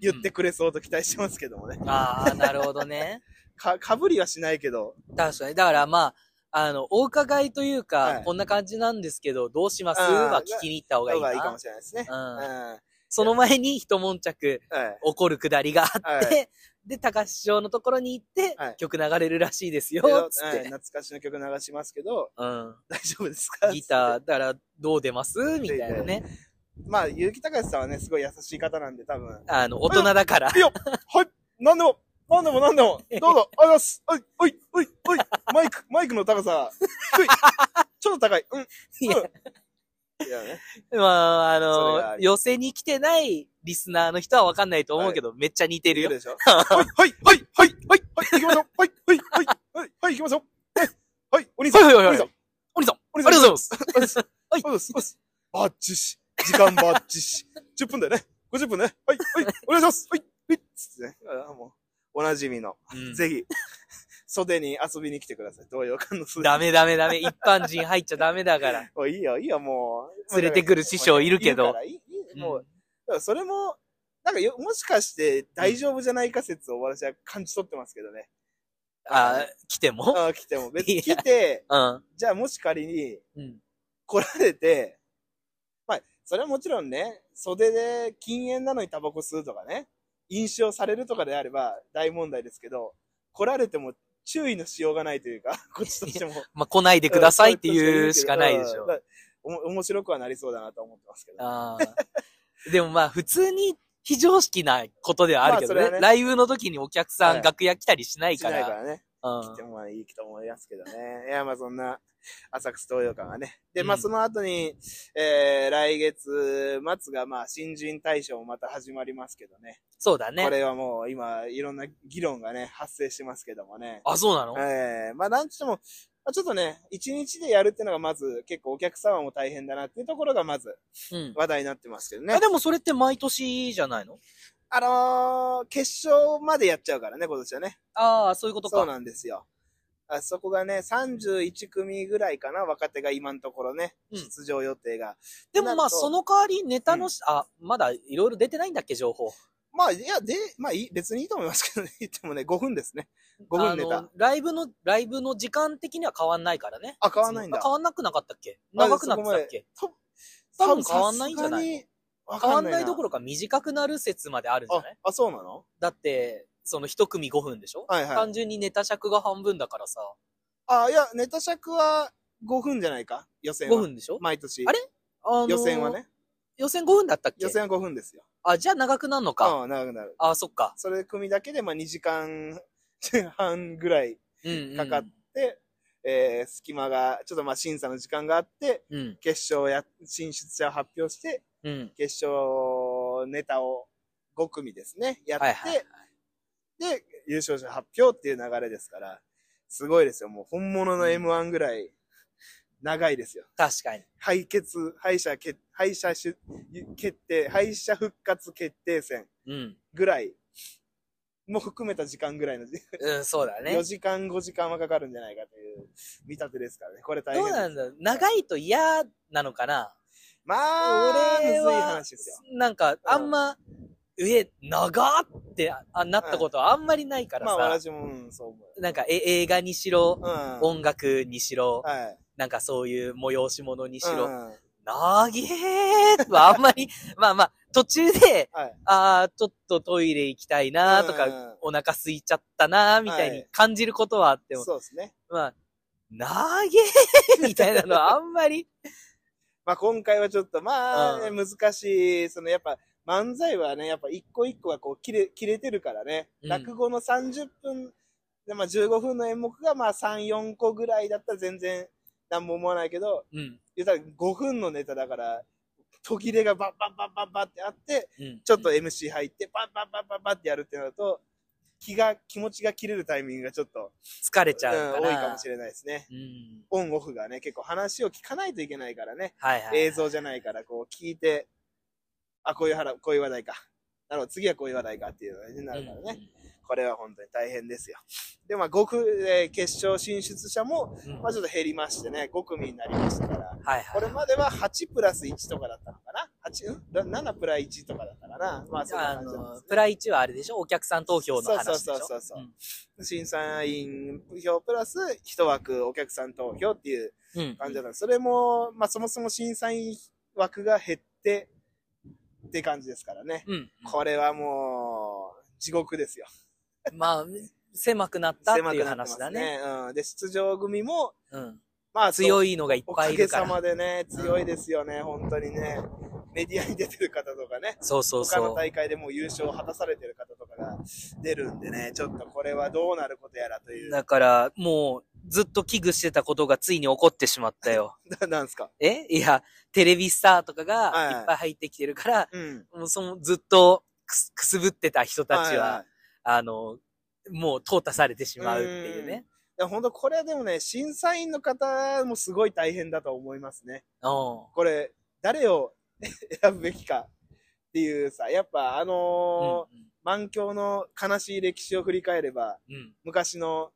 Speaker 1: 言ってくれそうと期待してますけどもね。
Speaker 2: うんああ、なるほどね。
Speaker 1: か、かぶりはしないけど、
Speaker 2: 確かに。だからまあ、あの、お伺いというか、
Speaker 1: はい
Speaker 2: こんな感じなんですけど、どうします
Speaker 1: あー
Speaker 2: は聞きに行った方が
Speaker 1: 方
Speaker 2: いいな
Speaker 1: がいいかもしれないですね。うん。
Speaker 2: うん。
Speaker 1: は
Speaker 2: その前に一悶着
Speaker 1: い。
Speaker 2: 起こるくだりがあって、
Speaker 1: は
Speaker 2: で、高師匠のところに行って、
Speaker 1: はい
Speaker 2: 曲流れるらしいですよ、つっ
Speaker 1: はい
Speaker 2: て。
Speaker 1: 懐かしの曲流しますけど、
Speaker 2: うん。
Speaker 1: 大丈夫ですか
Speaker 2: ギタ
Speaker 1: ー。
Speaker 2: ー、だから、どう出ますみたいなね。
Speaker 1: まあ、結城隆さんはね、すごい優しい方なんで、多分。
Speaker 2: あの、大人だから。
Speaker 1: はい、何でも、何でも何で も、どうぞ、あります。おい、おい、おい、おい、マイク、 マイクの高さ、低い。 ちょっと高い。うん、
Speaker 2: いや
Speaker 1: うん。いやね。
Speaker 2: まあ、あ
Speaker 1: それがあ
Speaker 2: の、
Speaker 1: り
Speaker 2: 寄せに来てないリスナーの人はわかんないと思うけど、めっちゃ似てるよ。
Speaker 1: でしょはい、はい、はい、はい、はい、はい、行きましょう。はい、はい、はい、はい、はい、行きましょう。はい、はい、お兄さん。
Speaker 2: はいはい
Speaker 1: お
Speaker 2: はい
Speaker 1: 兄さん。
Speaker 2: お兄さん、
Speaker 1: お
Speaker 2: あ
Speaker 1: 兄
Speaker 2: り
Speaker 1: さん。
Speaker 2: がとうございます。
Speaker 1: お兄さん
Speaker 2: はい
Speaker 1: お兄さんお兄さんバッチし。時間バッチし。10分だよね。50分ね。はい、はい、お願いします。はい、はい。つってね。あもう、おなじみの。
Speaker 2: うん
Speaker 1: ぜひ、袖に遊びに来てください。東洋館の袖。
Speaker 2: ダメダメダメ。一般人入っちゃダメだ から。
Speaker 1: もういいよ、いいよ、もう。
Speaker 2: 連れてくる師匠いるけど
Speaker 1: いからいいいいもう、だからそれも、なんかよ、もしかして大丈夫じゃないか説を私は感じ取ってますけどね。
Speaker 2: あ、来ても
Speaker 1: ああ、来ても。別
Speaker 2: いや
Speaker 1: に来て、
Speaker 2: うん。
Speaker 1: じゃあもし仮に
Speaker 2: うん。
Speaker 1: 来られて、まあ、それはもちろんね、袖で禁煙なのにタバコ吸うとかね、飲酒をされるとかであれば大問題ですけど、来られても注意のしようがないというか、 こっちとしても。
Speaker 2: まあ、来ないでくださいっていうしかないでし
Speaker 1: う
Speaker 2: ょ
Speaker 1: ん。だからおも面白くはなりそうだなと思ってますけど。
Speaker 2: あーでもまあ、普通に非常識なことではあるけど
Speaker 1: ま
Speaker 2: ね。
Speaker 1: あそれはね
Speaker 2: ライブの時にお客さん、
Speaker 1: はい
Speaker 2: 楽屋来たりしない
Speaker 1: し
Speaker 2: か
Speaker 1: ない
Speaker 2: ら。
Speaker 1: からね。
Speaker 2: うん
Speaker 1: 来てもいいと思いますけどね。いや、まあそんな、浅草東洋館がね。で、
Speaker 2: うん
Speaker 1: まあその後に、えー、来月末がまあ新人大賞もまた始まりますけどね。
Speaker 2: そうだ
Speaker 1: こ
Speaker 2: ね。
Speaker 1: れはもう今、いろんな議論がね、発生してますけどもね。
Speaker 2: あ、そうなの、
Speaker 1: ええまあなんちしても、まあ、ちょっとね、一日でやるっていうのがまず結構お客様も大変だなっていうところがまず
Speaker 2: うん。
Speaker 1: 話題になってますけどね
Speaker 2: あ。でもそれって毎年じゃないの
Speaker 1: あのー、決勝までやっちゃうからね、今年はね。
Speaker 2: ああ、そういうことか。
Speaker 1: そうなんですよ。あそこがね、31組ぐらいかな、若手が今のところね、
Speaker 2: うん
Speaker 1: 出場予定が。
Speaker 2: でもま
Speaker 1: な
Speaker 2: あ、
Speaker 1: ると
Speaker 2: その代わりネタのし、あ、まだいろいろ出てないんだっけ、情報。
Speaker 1: まあ、いや、で、まあいい、別にいいと思いますけどね、 言ってもね、5分ですね。5分ネ
Speaker 2: あ
Speaker 1: タ
Speaker 2: の。、ライブの、ライブの時間的には変わんないからね。
Speaker 1: あ変わんないんだ
Speaker 2: いつも変わんなくなかったっけ
Speaker 1: あ
Speaker 2: 長くなってたっけ
Speaker 1: と
Speaker 2: 多分変わんないんじゃない
Speaker 1: 多
Speaker 2: の
Speaker 1: 分さすがに
Speaker 2: 変わんないどこ
Speaker 1: ろ
Speaker 2: ろか短くなる説まであるんじゃ
Speaker 1: あ
Speaker 2: ない、
Speaker 1: あ、そうなの
Speaker 2: だって、その一組5分でしょ、
Speaker 1: はいはい。
Speaker 2: 単純にネタ尺が半分だからさ、
Speaker 1: あ、いや、ネタ尺は5分じゃないか予選は。
Speaker 2: 5分でしょ、
Speaker 1: 毎年。
Speaker 2: あれあのー
Speaker 1: 予選は。ね。
Speaker 2: 予選5分だったっけ
Speaker 1: 予選は5分ですよ。
Speaker 2: あ、じゃあ長くなるのか。
Speaker 1: うん、長くなる。
Speaker 2: あ、そっか。
Speaker 1: それ組だけで、まあ、2時間 半ぐらい
Speaker 2: うん、うん。
Speaker 1: かかって、えー、隙間が、ちょっとまあ、審査の時間があって、
Speaker 2: うん。
Speaker 1: 決勝や、進出者を発表して、
Speaker 2: うん。
Speaker 1: 決勝ネタを5組ですね、やって、
Speaker 2: はいはいはい。
Speaker 1: で、優勝者発表っていう流れですから、すごいですよ。もう本物の M1 ぐらい、長いですよ。
Speaker 2: 確かに。
Speaker 1: 敗決、敗者決、敗者し決定、敗者復活決定戦
Speaker 2: うん。
Speaker 1: ぐらい、も含めた時間ぐらいの、
Speaker 2: うん、そうだ ね
Speaker 1: 4。時間、5時間はかかるんじゃないかという見立てですからね。これ大
Speaker 2: ど
Speaker 1: 変
Speaker 2: う
Speaker 1: です
Speaker 2: なんだろう長いと嫌なのかな
Speaker 1: まあ、むずい
Speaker 2: 俺は
Speaker 1: 話ですよ。、
Speaker 2: なんか、あんま、上、長ってあなったことはあんまりないから
Speaker 1: まあ、
Speaker 2: さ、
Speaker 1: 私も、うん、そう思う。
Speaker 2: なんか、え映画にしろ
Speaker 1: うん。、は
Speaker 2: 音楽にしろ、
Speaker 1: い。
Speaker 2: なんかそういう催し物にし
Speaker 1: う
Speaker 2: ろ、
Speaker 1: ん
Speaker 2: なげーはあんまり、 まあまあ、途中で、
Speaker 1: はい
Speaker 2: あー、ちょっとトイレ行きたいなーと
Speaker 1: う
Speaker 2: か、
Speaker 1: ん
Speaker 2: お腹空いちゃったなーみたいに感じることはあっても、
Speaker 1: そうですね。
Speaker 2: まあ、なげーみたいなのはあん まり、
Speaker 1: まあ、今回はちょっと、まあ、
Speaker 2: うん
Speaker 1: 難しい、その、やっぱ、漫才はね、やっぱ一個一個がこう、切れ、切れてるからね、
Speaker 2: うん
Speaker 1: 落語の30分、でまあ、15分の演目が、まあ、3、4個ぐらいだったら全然、なんも思わないけど、
Speaker 2: うん、
Speaker 1: 言ったら5分のネタだから、途切れがバッバッバッバッバッってあって、
Speaker 2: うん。
Speaker 1: ちょっと MC 入って、バッバッバッバッバッってやるってなると、気が、気持ちが切れるタイミングがちょっと、
Speaker 2: 疲れちゃう
Speaker 1: う
Speaker 2: か
Speaker 1: ん
Speaker 2: ら。
Speaker 1: 多いかもしれないですね。
Speaker 2: うん。
Speaker 1: オンオフがね、結構話を聞かないといけないからね。
Speaker 2: はいはいはい。
Speaker 1: 映像じゃないから、こう聞いて、あ、こういう話、こういう話題か。なるほど、次はこういう話題かっていうのになるからね。これは本当に大変ですよ。で、まあ、5組、えー決勝進出者も、
Speaker 2: うん。うん
Speaker 1: まあちょっと減りましてね、5組になりましたから、
Speaker 2: はい
Speaker 1: こ
Speaker 2: はい。
Speaker 1: れまでは8プラス1とかだったのかな ?8、んな ?7 プラ1とかだったかなまあ、そんな
Speaker 2: あ
Speaker 1: 感じなんで
Speaker 2: の
Speaker 1: す、
Speaker 2: プラ1はあれでしょお客さん投票の話でし
Speaker 1: そ
Speaker 2: ょ
Speaker 1: うそうそうそう
Speaker 2: う
Speaker 1: 審査員票プラス1枠お客さん投票っていう
Speaker 2: うん。うん
Speaker 1: 感じだった。それも、まあ、そもそも審査員枠が減って、って感じですからね。
Speaker 2: うん。
Speaker 1: これはもう、地獄ですよ。
Speaker 2: まあ、狭くなったってい
Speaker 1: 狭
Speaker 2: う話だね。
Speaker 1: くなってますね。うん。で、出場組も、
Speaker 2: うん。
Speaker 1: まあ、
Speaker 2: 強
Speaker 1: い。
Speaker 2: いのがいっ
Speaker 1: お
Speaker 2: ぱ
Speaker 1: か
Speaker 2: いい
Speaker 1: げ
Speaker 2: るか
Speaker 1: さ
Speaker 2: ら。
Speaker 1: までね、強いですよね、本当にね。メディアに出てる方とかね、
Speaker 2: そうそう
Speaker 1: 他の
Speaker 2: そう。
Speaker 1: 大会でもう優勝を果たされてる方とかが出るんでね、ちょっとこれはどうなることやらという。
Speaker 2: だから、もう、ずっと危惧してたことがついに起こってしまったよ。
Speaker 1: な なんすか
Speaker 2: えいや、テレビスターとか
Speaker 1: はい
Speaker 2: がいっぱい入ってきてるから、
Speaker 1: うん。
Speaker 2: もうその、ずっとくす、くすぶってた人たち
Speaker 1: はい
Speaker 2: は、
Speaker 1: いい
Speaker 2: あの、もう、淘汰されてしまうっていうね。
Speaker 1: や、本当これはでもね、審査員の方もすごい大変だと思いますね。
Speaker 2: うん。
Speaker 1: これ、誰を 選ぶべきかっていうさ、やっぱあのー満響の悲しい歴史を振り返れば、
Speaker 2: うんうん
Speaker 1: 昔の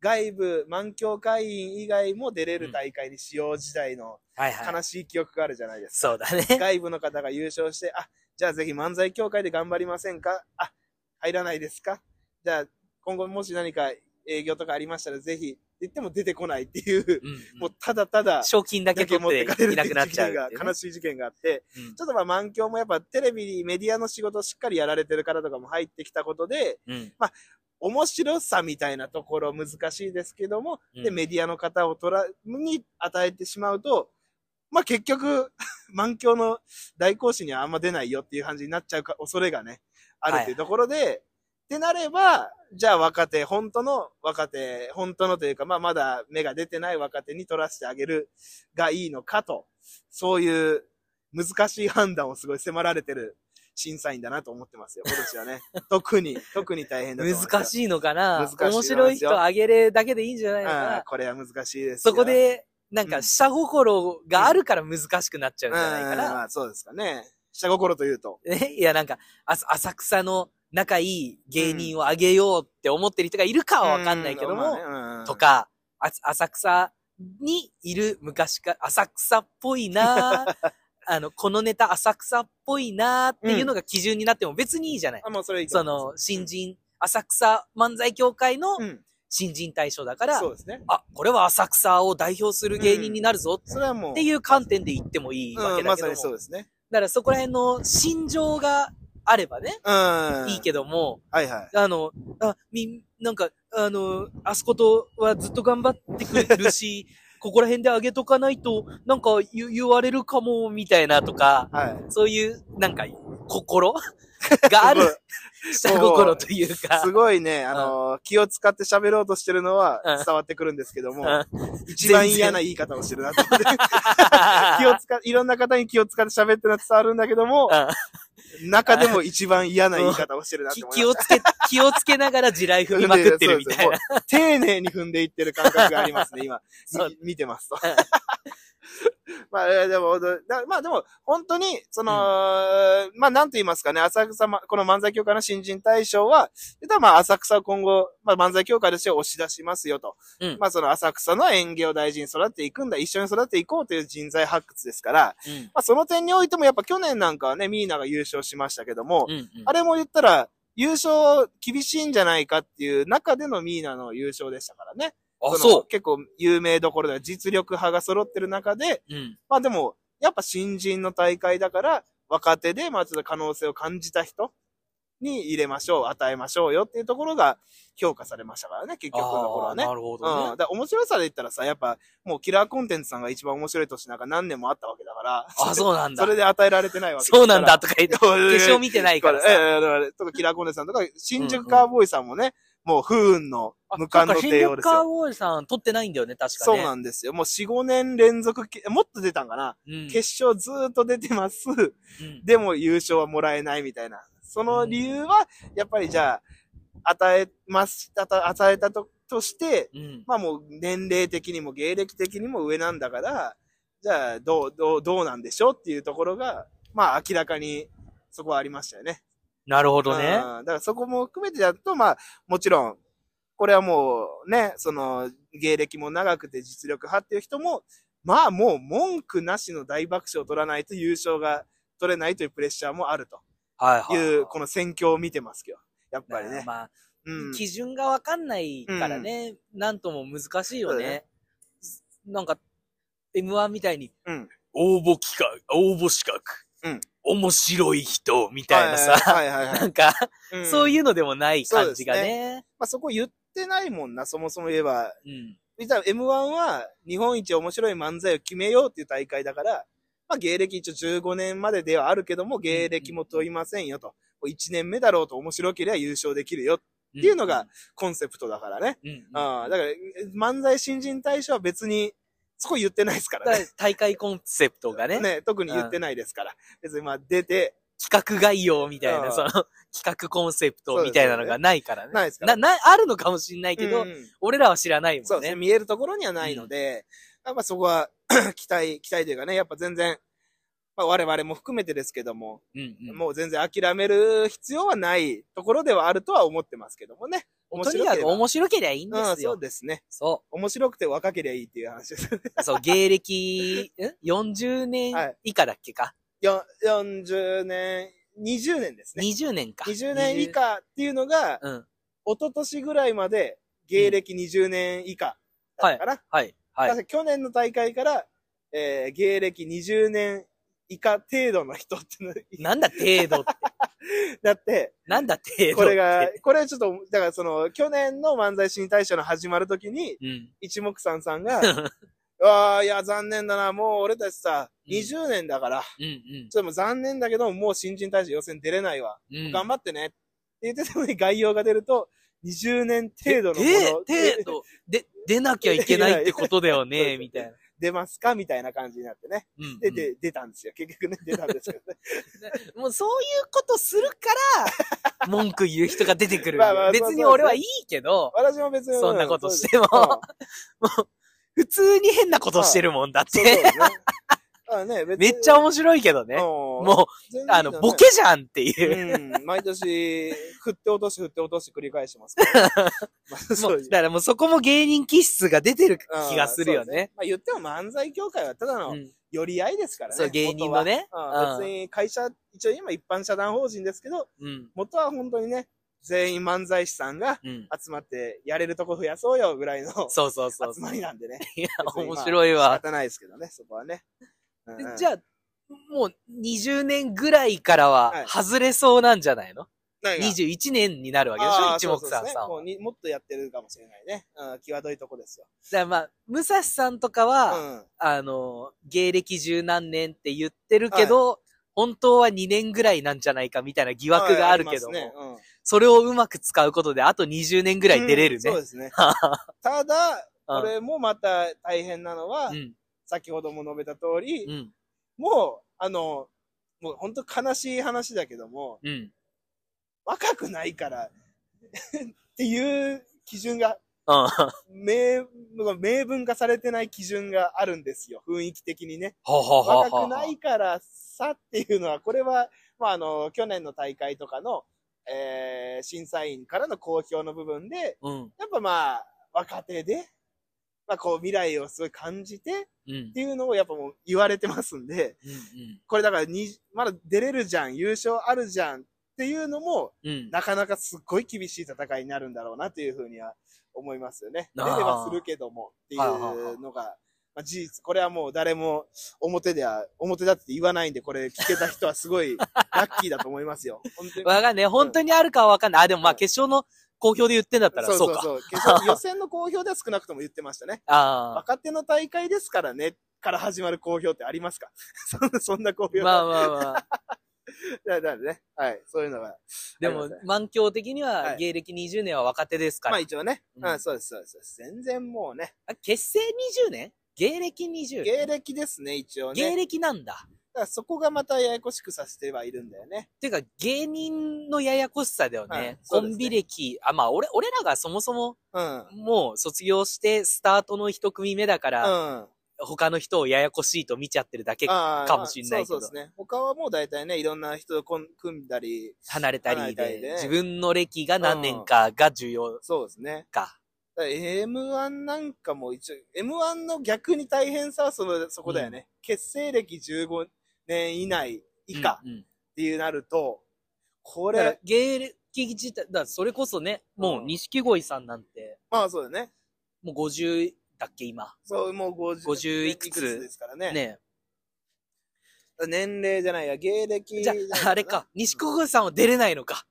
Speaker 1: 外部、満響会員以外も出れる大会に使用時代の
Speaker 2: はいはい。
Speaker 1: 悲しい記憶があるじゃないです
Speaker 2: そうだね。
Speaker 1: か。外部の方が優勝して、あ、じゃあぜひ漫才協会で頑張りませんかあ、入らないですかじゃあ今後もし何か営業とかありましたらぜひって言っても出てこないっていう、
Speaker 2: うん
Speaker 1: もうただただ、
Speaker 2: 賞金だけ取っていなくなっちゃう
Speaker 1: 事件が
Speaker 2: っていうね
Speaker 1: 悲しい事件があって、
Speaker 2: うん
Speaker 1: ちょっとまあ満響もやっぱテレビ、メディアの仕事をしっかりやられてる方とかも入ってきたことで、
Speaker 2: うん
Speaker 1: 面白さみたいなところ難しいですけども、
Speaker 2: うん
Speaker 1: で、メディアの方をとら、に与えてしまうと、まあ結局、 満響の大講師にはあんま出ないよっていう感じになっちゃうか、恐れがね、あるっていうところで、ってなれば、じゃあ若手、本当の若手、本当のというか、まあまだ芽が出てない若手に取らせてあげるがいいのかと、そういう難しい判断をすごい迫られてる審査員だなと思ってますよ、今年 はね。特に、特に大変だと思いますよ。
Speaker 2: 難しいのかな
Speaker 1: 難しいのなんです
Speaker 2: 面
Speaker 1: よ
Speaker 2: 白い人あげれだけでいいんじゃないのか
Speaker 1: ああ
Speaker 2: な
Speaker 1: これは難しいですよ
Speaker 2: そこで、なん
Speaker 1: うん
Speaker 2: か、下心があるから難しくなっちゃうんじゃないか
Speaker 1: うんうんうん
Speaker 2: な。
Speaker 1: まあそうですかね。下心というと。
Speaker 2: ね、いや、なんか、あ浅草の仲いい芸人をあげようって思ってる人がいるかはわかんないけども、
Speaker 1: うんまあねうん
Speaker 2: とか、あ浅草にいる昔か、浅草っぽ いなぁあの、このネタ浅草っぽいなぁっていうのが基準になっても別にいいじゃない。
Speaker 1: あ、もうそれいいと
Speaker 2: そ
Speaker 1: 思います
Speaker 2: の、新人、浅草漫才協会の
Speaker 1: うん、
Speaker 2: 新人対象だから、
Speaker 1: そうですね。
Speaker 2: あ、これは浅草を代表する芸人になるぞ
Speaker 1: それはもう。
Speaker 2: っていう観点で言ってもいいわ
Speaker 1: う
Speaker 2: け
Speaker 1: ん、ま
Speaker 2: だけ
Speaker 1: さ
Speaker 2: ども、
Speaker 1: にそうですね。
Speaker 2: だからそこら辺の心情があればね、
Speaker 1: うん。
Speaker 2: いいけども、
Speaker 1: はいはい。
Speaker 2: あの、あ、み、なんか、あの、あそことはずっと頑張ってくれて るし、ここら辺で上げとかないと、なんか言言われるかも、みたいなとか、
Speaker 1: はい。
Speaker 2: そういう、なんか、 心がある、下心というか
Speaker 1: す。ごいね、あのー気を使って喋ろうとしてるのは
Speaker 2: うん
Speaker 1: 伝わってくるんですけども、
Speaker 2: うん
Speaker 1: 一番嫌な言い方をしてるなと思って。 気を使、いろんな方に気を使って喋ってるのは伝わるんだけども、中でも一番嫌な言い方をしてるなって
Speaker 2: 気
Speaker 1: 思います
Speaker 2: 気をつけ、気をつけながら地雷踏みまくってるみたいな。
Speaker 1: そうです。もう丁寧に踏んでいってる感覚がありますね、今。
Speaker 2: そう
Speaker 1: み見てますと。 まあ、えーでも、だまあでも、本当に、その、まあなんと言いますかね、浅草、ま、この漫才協会の新人大賞は、でまあ浅草を今後、まあ漫才協会として押し出しますよと。
Speaker 2: うん
Speaker 1: まあその浅草の演芸を大事に育っていくんだ、一緒に育っていこうという人材発掘ですから、
Speaker 2: うん
Speaker 1: まあその点においてもやっぱ去年なんかはね、ミーナが優勝しましたけども、
Speaker 2: うんうん
Speaker 1: あれも言ったら、優勝厳しいんじゃないかっていう中でのミーナの優勝でしたからね。
Speaker 2: あ、
Speaker 1: の
Speaker 2: そ
Speaker 1: 結構有名どころでは実力派が揃ってる中で、
Speaker 2: う。うん。
Speaker 1: まあでも、やっぱ新人の大会だから、若手で、まあちょっと可能性を感じた人に入れましょう、与えましょうよっていうところが評価されましたからね、結局のところはね
Speaker 2: あー。なるほ
Speaker 1: うん。
Speaker 2: ど
Speaker 1: だ
Speaker 2: ね。
Speaker 1: から面白さで言ったらさ、やっぱ、もうキラーコンテンツさんが一番面白い年なんか何年もあったわけだから、
Speaker 2: あ、そうなん だ
Speaker 1: そ。れで与えられてないわけ
Speaker 2: そうなん
Speaker 1: だから
Speaker 2: だと か言って、決勝見てないからさ。
Speaker 1: ええええだからとか、キラーコンデさんとか、新宿カーボーイさんもね、もう不運の無冠の帝王です
Speaker 2: カー
Speaker 1: よ。
Speaker 2: ボーイさん取ってないんだよね、確か
Speaker 1: そう
Speaker 2: ね。
Speaker 1: なんですよ。もう4、5年連続け、もっと出たんかな、
Speaker 2: うん
Speaker 1: 決勝ずーっと出てます。
Speaker 2: うん
Speaker 1: でも優勝はもらえないみたいな。その理由は、やっぱりじゃあ、与えます、与与えたと、として、
Speaker 2: うん。
Speaker 1: まあもう年齢的にも芸歴的にも上なんだから、じゃあどう、どう、どうなんでしょうっていうところが、まあ明らかにそこはありましたよね。
Speaker 2: なるほどね。
Speaker 1: うんだからそこも含めてだと、まあ、もちろん、これはもうね、その、芸歴も長くて実力派っていう人も、まあもう文句なしの大爆笑を取らないと優勝が取れないというプレッシャーもあると
Speaker 2: はいはい。
Speaker 1: いう、この戦況を見てますけど、やっぱりね。
Speaker 2: まあ、
Speaker 1: うん。
Speaker 2: 基準がわかんないからね、なんとも難しいよ
Speaker 1: そうだね
Speaker 2: ね。なんか、M1 みたいに
Speaker 1: うん、
Speaker 2: 応募企画、応募資格
Speaker 1: うん、
Speaker 2: 面白い人、みたいなさ、
Speaker 1: はいはいはいは
Speaker 2: ないんか、
Speaker 1: うん。
Speaker 2: そう
Speaker 1: う。
Speaker 2: いうのでもない感じが
Speaker 1: そう
Speaker 2: ね。
Speaker 1: まあそこ言ってないもんな、そもそも言えば。
Speaker 2: うん。
Speaker 1: 実は M1 は日本一面白い漫才を決めようっていう大会だから、まあ芸歴一応15年までではあるけども、芸歴も問いませんよと。1年目だろうと面白ければ優勝できるよ。
Speaker 2: って
Speaker 1: いうのが、コンセプトだからね。
Speaker 2: うん。
Speaker 1: ああだから、漫才新人大賞は別に、そこ言ってないですか
Speaker 2: だからら大会コンセプトが
Speaker 1: ね。
Speaker 2: ね、
Speaker 1: ね、特に言ってないですから。別にまあ出て、
Speaker 2: 企画概要みたい
Speaker 1: うん
Speaker 2: な、その、企画コンセプトみたいなのがないからね。
Speaker 1: ないですから
Speaker 2: な、。な、あるのかもしんないけど、
Speaker 1: うん
Speaker 2: 俺らは知らない
Speaker 1: そ
Speaker 2: も
Speaker 1: うんですね。
Speaker 2: ね。
Speaker 1: 見えるところにはないので、やっぱそこは 期待、期待というかね、やっぱ全然、まあ我々も含めてですけども、
Speaker 2: うんうん
Speaker 1: もう全然諦める必要はないところではあるとは思ってますけどもね。面
Speaker 2: と
Speaker 1: 白け
Speaker 2: にか
Speaker 1: れ
Speaker 2: く
Speaker 1: ば
Speaker 2: 面白けりゃいいんで
Speaker 1: うん、
Speaker 2: すよ。
Speaker 1: そうですね。
Speaker 2: そ
Speaker 1: 面白くて若けりゃいいっていう話です。
Speaker 2: う。そう、芸歴、 ん ?40
Speaker 1: はい
Speaker 2: 年以下だっけか。
Speaker 1: よ40年、20年ですね。
Speaker 2: 20年か。
Speaker 1: 20年以
Speaker 2: 20。
Speaker 1: 下っていうのが、
Speaker 2: うん。
Speaker 1: 一昨年ぐらいまで芸歴20年以下だったかな。
Speaker 2: はい。はい。
Speaker 1: 確か去年の大会から、えー芸歴20年以下程度の人ってのに
Speaker 2: なんだ程 度って。
Speaker 1: なって、
Speaker 2: なんだ程度って。
Speaker 1: これが、これちょっと、だからその、去年の漫才新大賞の始まるときに、
Speaker 2: うん。
Speaker 1: 一目散さんが、ああ、いや、残念だな。もう俺たちさ、
Speaker 2: うん
Speaker 1: 20年だから、
Speaker 2: うんうん
Speaker 1: ちょっともう残念だけど、もう新人大使予選出れないわ。
Speaker 2: うん。
Speaker 1: 頑張ってね。って言ってたのに概要が出ると、20年程度のも
Speaker 2: で
Speaker 1: の、
Speaker 2: 程度、で、出なきゃいけないってことだよね、みたいな。
Speaker 1: 出ますかみたいな感じになってね。
Speaker 2: うん、
Speaker 1: で、で、出たんですよ。結局ね、出たんですけどね。
Speaker 2: うんもうそういうことする から、文句言う人が出てくる。
Speaker 1: まあまあ
Speaker 2: 別に俺はいいけど、
Speaker 1: 私も別に。
Speaker 2: そんなことしても、
Speaker 1: うん
Speaker 2: 普通に変なことしてるもんだっ
Speaker 1: そうそう
Speaker 2: て。
Speaker 1: ですね。あね、別
Speaker 2: めっちゃ面白いけどね。
Speaker 1: も
Speaker 2: もう、あの、ボケじゃんっていう。
Speaker 1: うん、毎年、振って落とし振って落とし繰り返してますから。 まあ
Speaker 2: も
Speaker 1: そうういう
Speaker 2: だからもうそこも芸人気質が出てる
Speaker 1: うん
Speaker 2: 気がするよ
Speaker 1: そうです
Speaker 2: ね。
Speaker 1: まあ言っても漫才協会はただの
Speaker 2: うん
Speaker 1: 寄り合いですからね。
Speaker 2: そう、芸人のね。
Speaker 1: 元は。うん別に会社、一応今一般社団法人ですけど、
Speaker 2: うん。
Speaker 1: 元は本当にね、全員漫才師さんが
Speaker 2: うん。
Speaker 1: 集まってやれるとこ増やそうよぐらいの集
Speaker 2: そうそうそう。
Speaker 1: まりなんでね。
Speaker 2: いや、
Speaker 1: 別にま
Speaker 2: 面
Speaker 1: あ
Speaker 2: 白いわ
Speaker 1: 仕。方ないですけどね、そこはね。うん
Speaker 2: じゃあ、もう20年ぐらいからは
Speaker 1: はい
Speaker 2: 外れそうなんじゃないの、
Speaker 1: 何が
Speaker 2: ?21 年になるわけでし
Speaker 1: あ
Speaker 2: ょ
Speaker 1: ー
Speaker 2: 一
Speaker 1: そう
Speaker 2: 目
Speaker 1: そう
Speaker 2: 散
Speaker 1: です
Speaker 2: さん
Speaker 1: ね、
Speaker 2: は。
Speaker 1: もうにもっとやってるかもしれないね。うん、際どいとこですよ。
Speaker 2: だからまあ、武蔵さんとか
Speaker 1: う
Speaker 2: は、
Speaker 1: ん。
Speaker 2: あの、芸歴十何年って言ってるけど、本当は2年ぐらいなんじゃないかみたいな疑惑があるけども、
Speaker 1: はいりますねうん
Speaker 2: それをうまく使うことで、あと20年ぐらい出れるね。
Speaker 1: うんそう ですね。ただ、
Speaker 2: うん
Speaker 1: これもまた大変なのは、先ほども述べた通り、
Speaker 2: うん、うん、
Speaker 1: もう、あの、もう本当悲しい話だけども、
Speaker 2: うん。
Speaker 1: 若くないから っていう基準が、
Speaker 2: うん。
Speaker 1: 明明文化されてない基準があるんですよ、雰囲気的にね。
Speaker 2: はははは
Speaker 1: 若くないからさっていうのは、これは、まあ、あの、去年の大会とかの、えー審査員からの公表の部分で、
Speaker 2: うん。
Speaker 1: やっぱまあ、若手で、まあこう未来をすごい感じてっ
Speaker 2: うん。うん
Speaker 1: ていうのをやっぱもう言われてますんで、
Speaker 2: うん。
Speaker 1: これだからに、まだ出れるじゃん、優勝あるじゃんっていうのも、
Speaker 2: うん。
Speaker 1: なかなかすっごい厳しい戦いになるんだろうなというふうには思いますよね。出
Speaker 2: あ
Speaker 1: れ
Speaker 2: ー
Speaker 1: はするけどもっていうのが、まあ、事実、これはもう誰も表では、表だって言わないんで、これ聞けた人はすごい ラッキーだと思いますよ。本当に
Speaker 2: わかんねえ。本当にあるかはわかんない。あ、でもまあ、決勝の公表で言ってんだったら、
Speaker 1: そう
Speaker 2: そ
Speaker 1: そうう
Speaker 2: か。
Speaker 1: そう。決勝予選の公表では少なくとも言ってましたね。
Speaker 2: あ
Speaker 1: 若手の大会ですからね、から始まる公表ってあります かそんな、そんな公
Speaker 2: あ。
Speaker 1: 表
Speaker 2: まあまあまあ。
Speaker 1: だだね。はい。そういうのが。
Speaker 2: で
Speaker 1: あ
Speaker 2: も
Speaker 1: りますね、
Speaker 2: 満響的に
Speaker 1: は
Speaker 2: はい芸歴20年は若手ですか
Speaker 1: まあ
Speaker 2: ら。
Speaker 1: 一応ね。
Speaker 2: うん
Speaker 1: うん、そうです、そうですそうです。全然もうね。
Speaker 2: あ結成20年芸歴 20?
Speaker 1: 芸歴ですね、一応ね。
Speaker 2: 芸歴なんだ。
Speaker 1: だからそこがまたややこしくさせてはいるんだよね。
Speaker 2: ていうか、芸人のややこしさだよ
Speaker 1: は
Speaker 2: ね
Speaker 1: い。そ
Speaker 2: コ
Speaker 1: うですね
Speaker 2: ンビ歴、あ、まあ、俺、俺らがそもそも、
Speaker 1: うん。うん。
Speaker 2: もう卒業してスタートの一組目だから、
Speaker 1: あ
Speaker 2: 他の人をややこしいと見ちゃってるだけ
Speaker 1: あ
Speaker 2: かもしんないけど
Speaker 1: まあそうそうですね。他はもう大体ね、いろんな人とこん組んだり、
Speaker 2: 離れたり
Speaker 1: 離れた
Speaker 2: で、
Speaker 1: りで
Speaker 2: 自分の歴が何年かが重要
Speaker 1: そうですね。
Speaker 2: か。
Speaker 1: だから M1 なんかも一応、M1 の逆に大変さはそのそこだよね。結成歴15年以内以下。
Speaker 2: うんうん
Speaker 1: っていうなると、こ
Speaker 2: だから
Speaker 1: れ、
Speaker 2: 芸歴自体、だからそれこそね、もう
Speaker 1: うん
Speaker 2: 錦鯉さんなんて、
Speaker 1: まあそうだね。
Speaker 2: もう50だっけ今。
Speaker 1: そう、もう50、
Speaker 2: 50いくつ
Speaker 1: ですからね。
Speaker 2: ね
Speaker 1: 年齢じゃないや、芸歴
Speaker 2: じゃ
Speaker 1: ない
Speaker 2: あ、あれか。、錦鯉さんは出れないのか。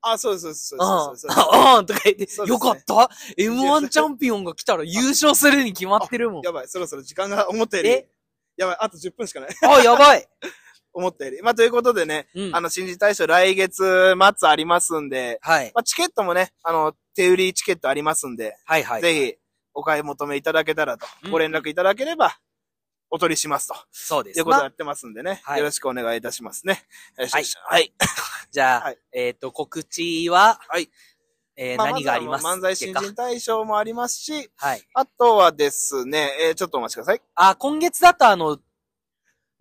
Speaker 1: あ、そうそうそう
Speaker 2: うん。あ
Speaker 1: そうそうそう。
Speaker 2: あんとか言って、
Speaker 1: そうですね
Speaker 2: よかった !M1 チャンピオンが来たら優勝するに決まってるもん。
Speaker 1: やばい、そろそろ時間が思ったより。
Speaker 2: え
Speaker 1: やばい、あと10分しかない。
Speaker 2: あ、やばい
Speaker 1: 思ったより。まあ、ということでね、
Speaker 2: うん
Speaker 1: あ。の、新人大賞来月末ありますんで、
Speaker 2: はい。
Speaker 1: まあ、チケットもね、あの、手売りチケットありますんで、
Speaker 2: はいはい。
Speaker 1: ぜひ、お買い求めいただけたらと
Speaker 2: う、ん
Speaker 1: ご連絡いただければ、お取りしますと。
Speaker 2: そうで
Speaker 1: い
Speaker 2: す。
Speaker 1: うことを
Speaker 2: ま
Speaker 1: や
Speaker 2: あ
Speaker 1: ってますんでね。
Speaker 2: はい
Speaker 1: よろしくお願いいたしますね。よろしく
Speaker 2: はい
Speaker 1: はい。
Speaker 2: じゃあ
Speaker 1: はい、
Speaker 2: えっと、告知は、
Speaker 1: はい。
Speaker 2: えー、
Speaker 1: まあ
Speaker 2: 何があります
Speaker 1: ずはの漫才新
Speaker 2: 結
Speaker 1: 人大賞もありますし、
Speaker 2: 果はい。
Speaker 1: あとはですね、えーちょっとお待ちください。
Speaker 2: あ、今月だとあの、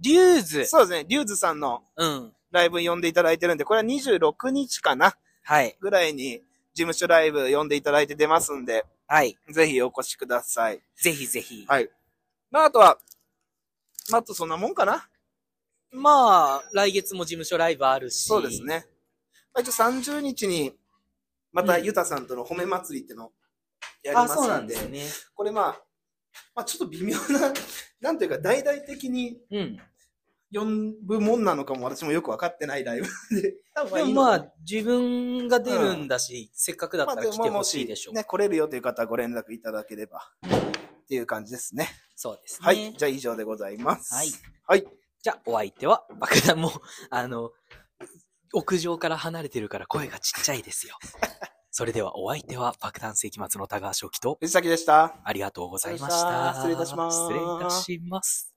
Speaker 2: リューズ。
Speaker 1: そうですね、リュウズさんの
Speaker 2: うん。
Speaker 1: ライブ呼んでいただいてるんで、これは26日かな
Speaker 2: はい。
Speaker 1: ぐらいに事務所ライブ呼んでいただいて出ますんで、
Speaker 2: はい。
Speaker 1: ぜひお越しください。
Speaker 2: ぜひぜひ。
Speaker 1: はい。まあ、あとは、まあ、あとそんなもんかな
Speaker 2: まあ、来月も事務所ライブあるし。
Speaker 1: そうです。ね。まあ、一応30日に、また
Speaker 2: うん
Speaker 1: ユタさんとの褒め祭りってのをやりま
Speaker 2: あ、
Speaker 1: す
Speaker 2: そうなん
Speaker 1: んで
Speaker 2: ですね。
Speaker 1: これまあ、まあちょっと微妙な、 なんというか大々的に
Speaker 2: うん。
Speaker 1: 呼ぶもんなのかも私もよくわかってないライブで。多分
Speaker 2: でも
Speaker 1: いいの
Speaker 2: ま
Speaker 1: かな
Speaker 2: あ、自分が出るんだし、せっかくだったら来てほしいでしょう。
Speaker 1: ね、来れるよという方はご連絡いただければ。っていう感じですね。
Speaker 2: そうですね。
Speaker 1: はい。じゃあ以上でございます。
Speaker 2: はい。
Speaker 1: はい。
Speaker 2: じゃあ、お相手は、爆弾も、あの、屋上から離れてるから声がちっちゃ いですよ。それでは、お相手は、爆弾世紀末の高橋沖と、
Speaker 1: 藤崎でした。
Speaker 2: ありがとうございまし
Speaker 1: あ
Speaker 2: た。
Speaker 1: りがとうございました失礼いたします
Speaker 2: 失礼いたします。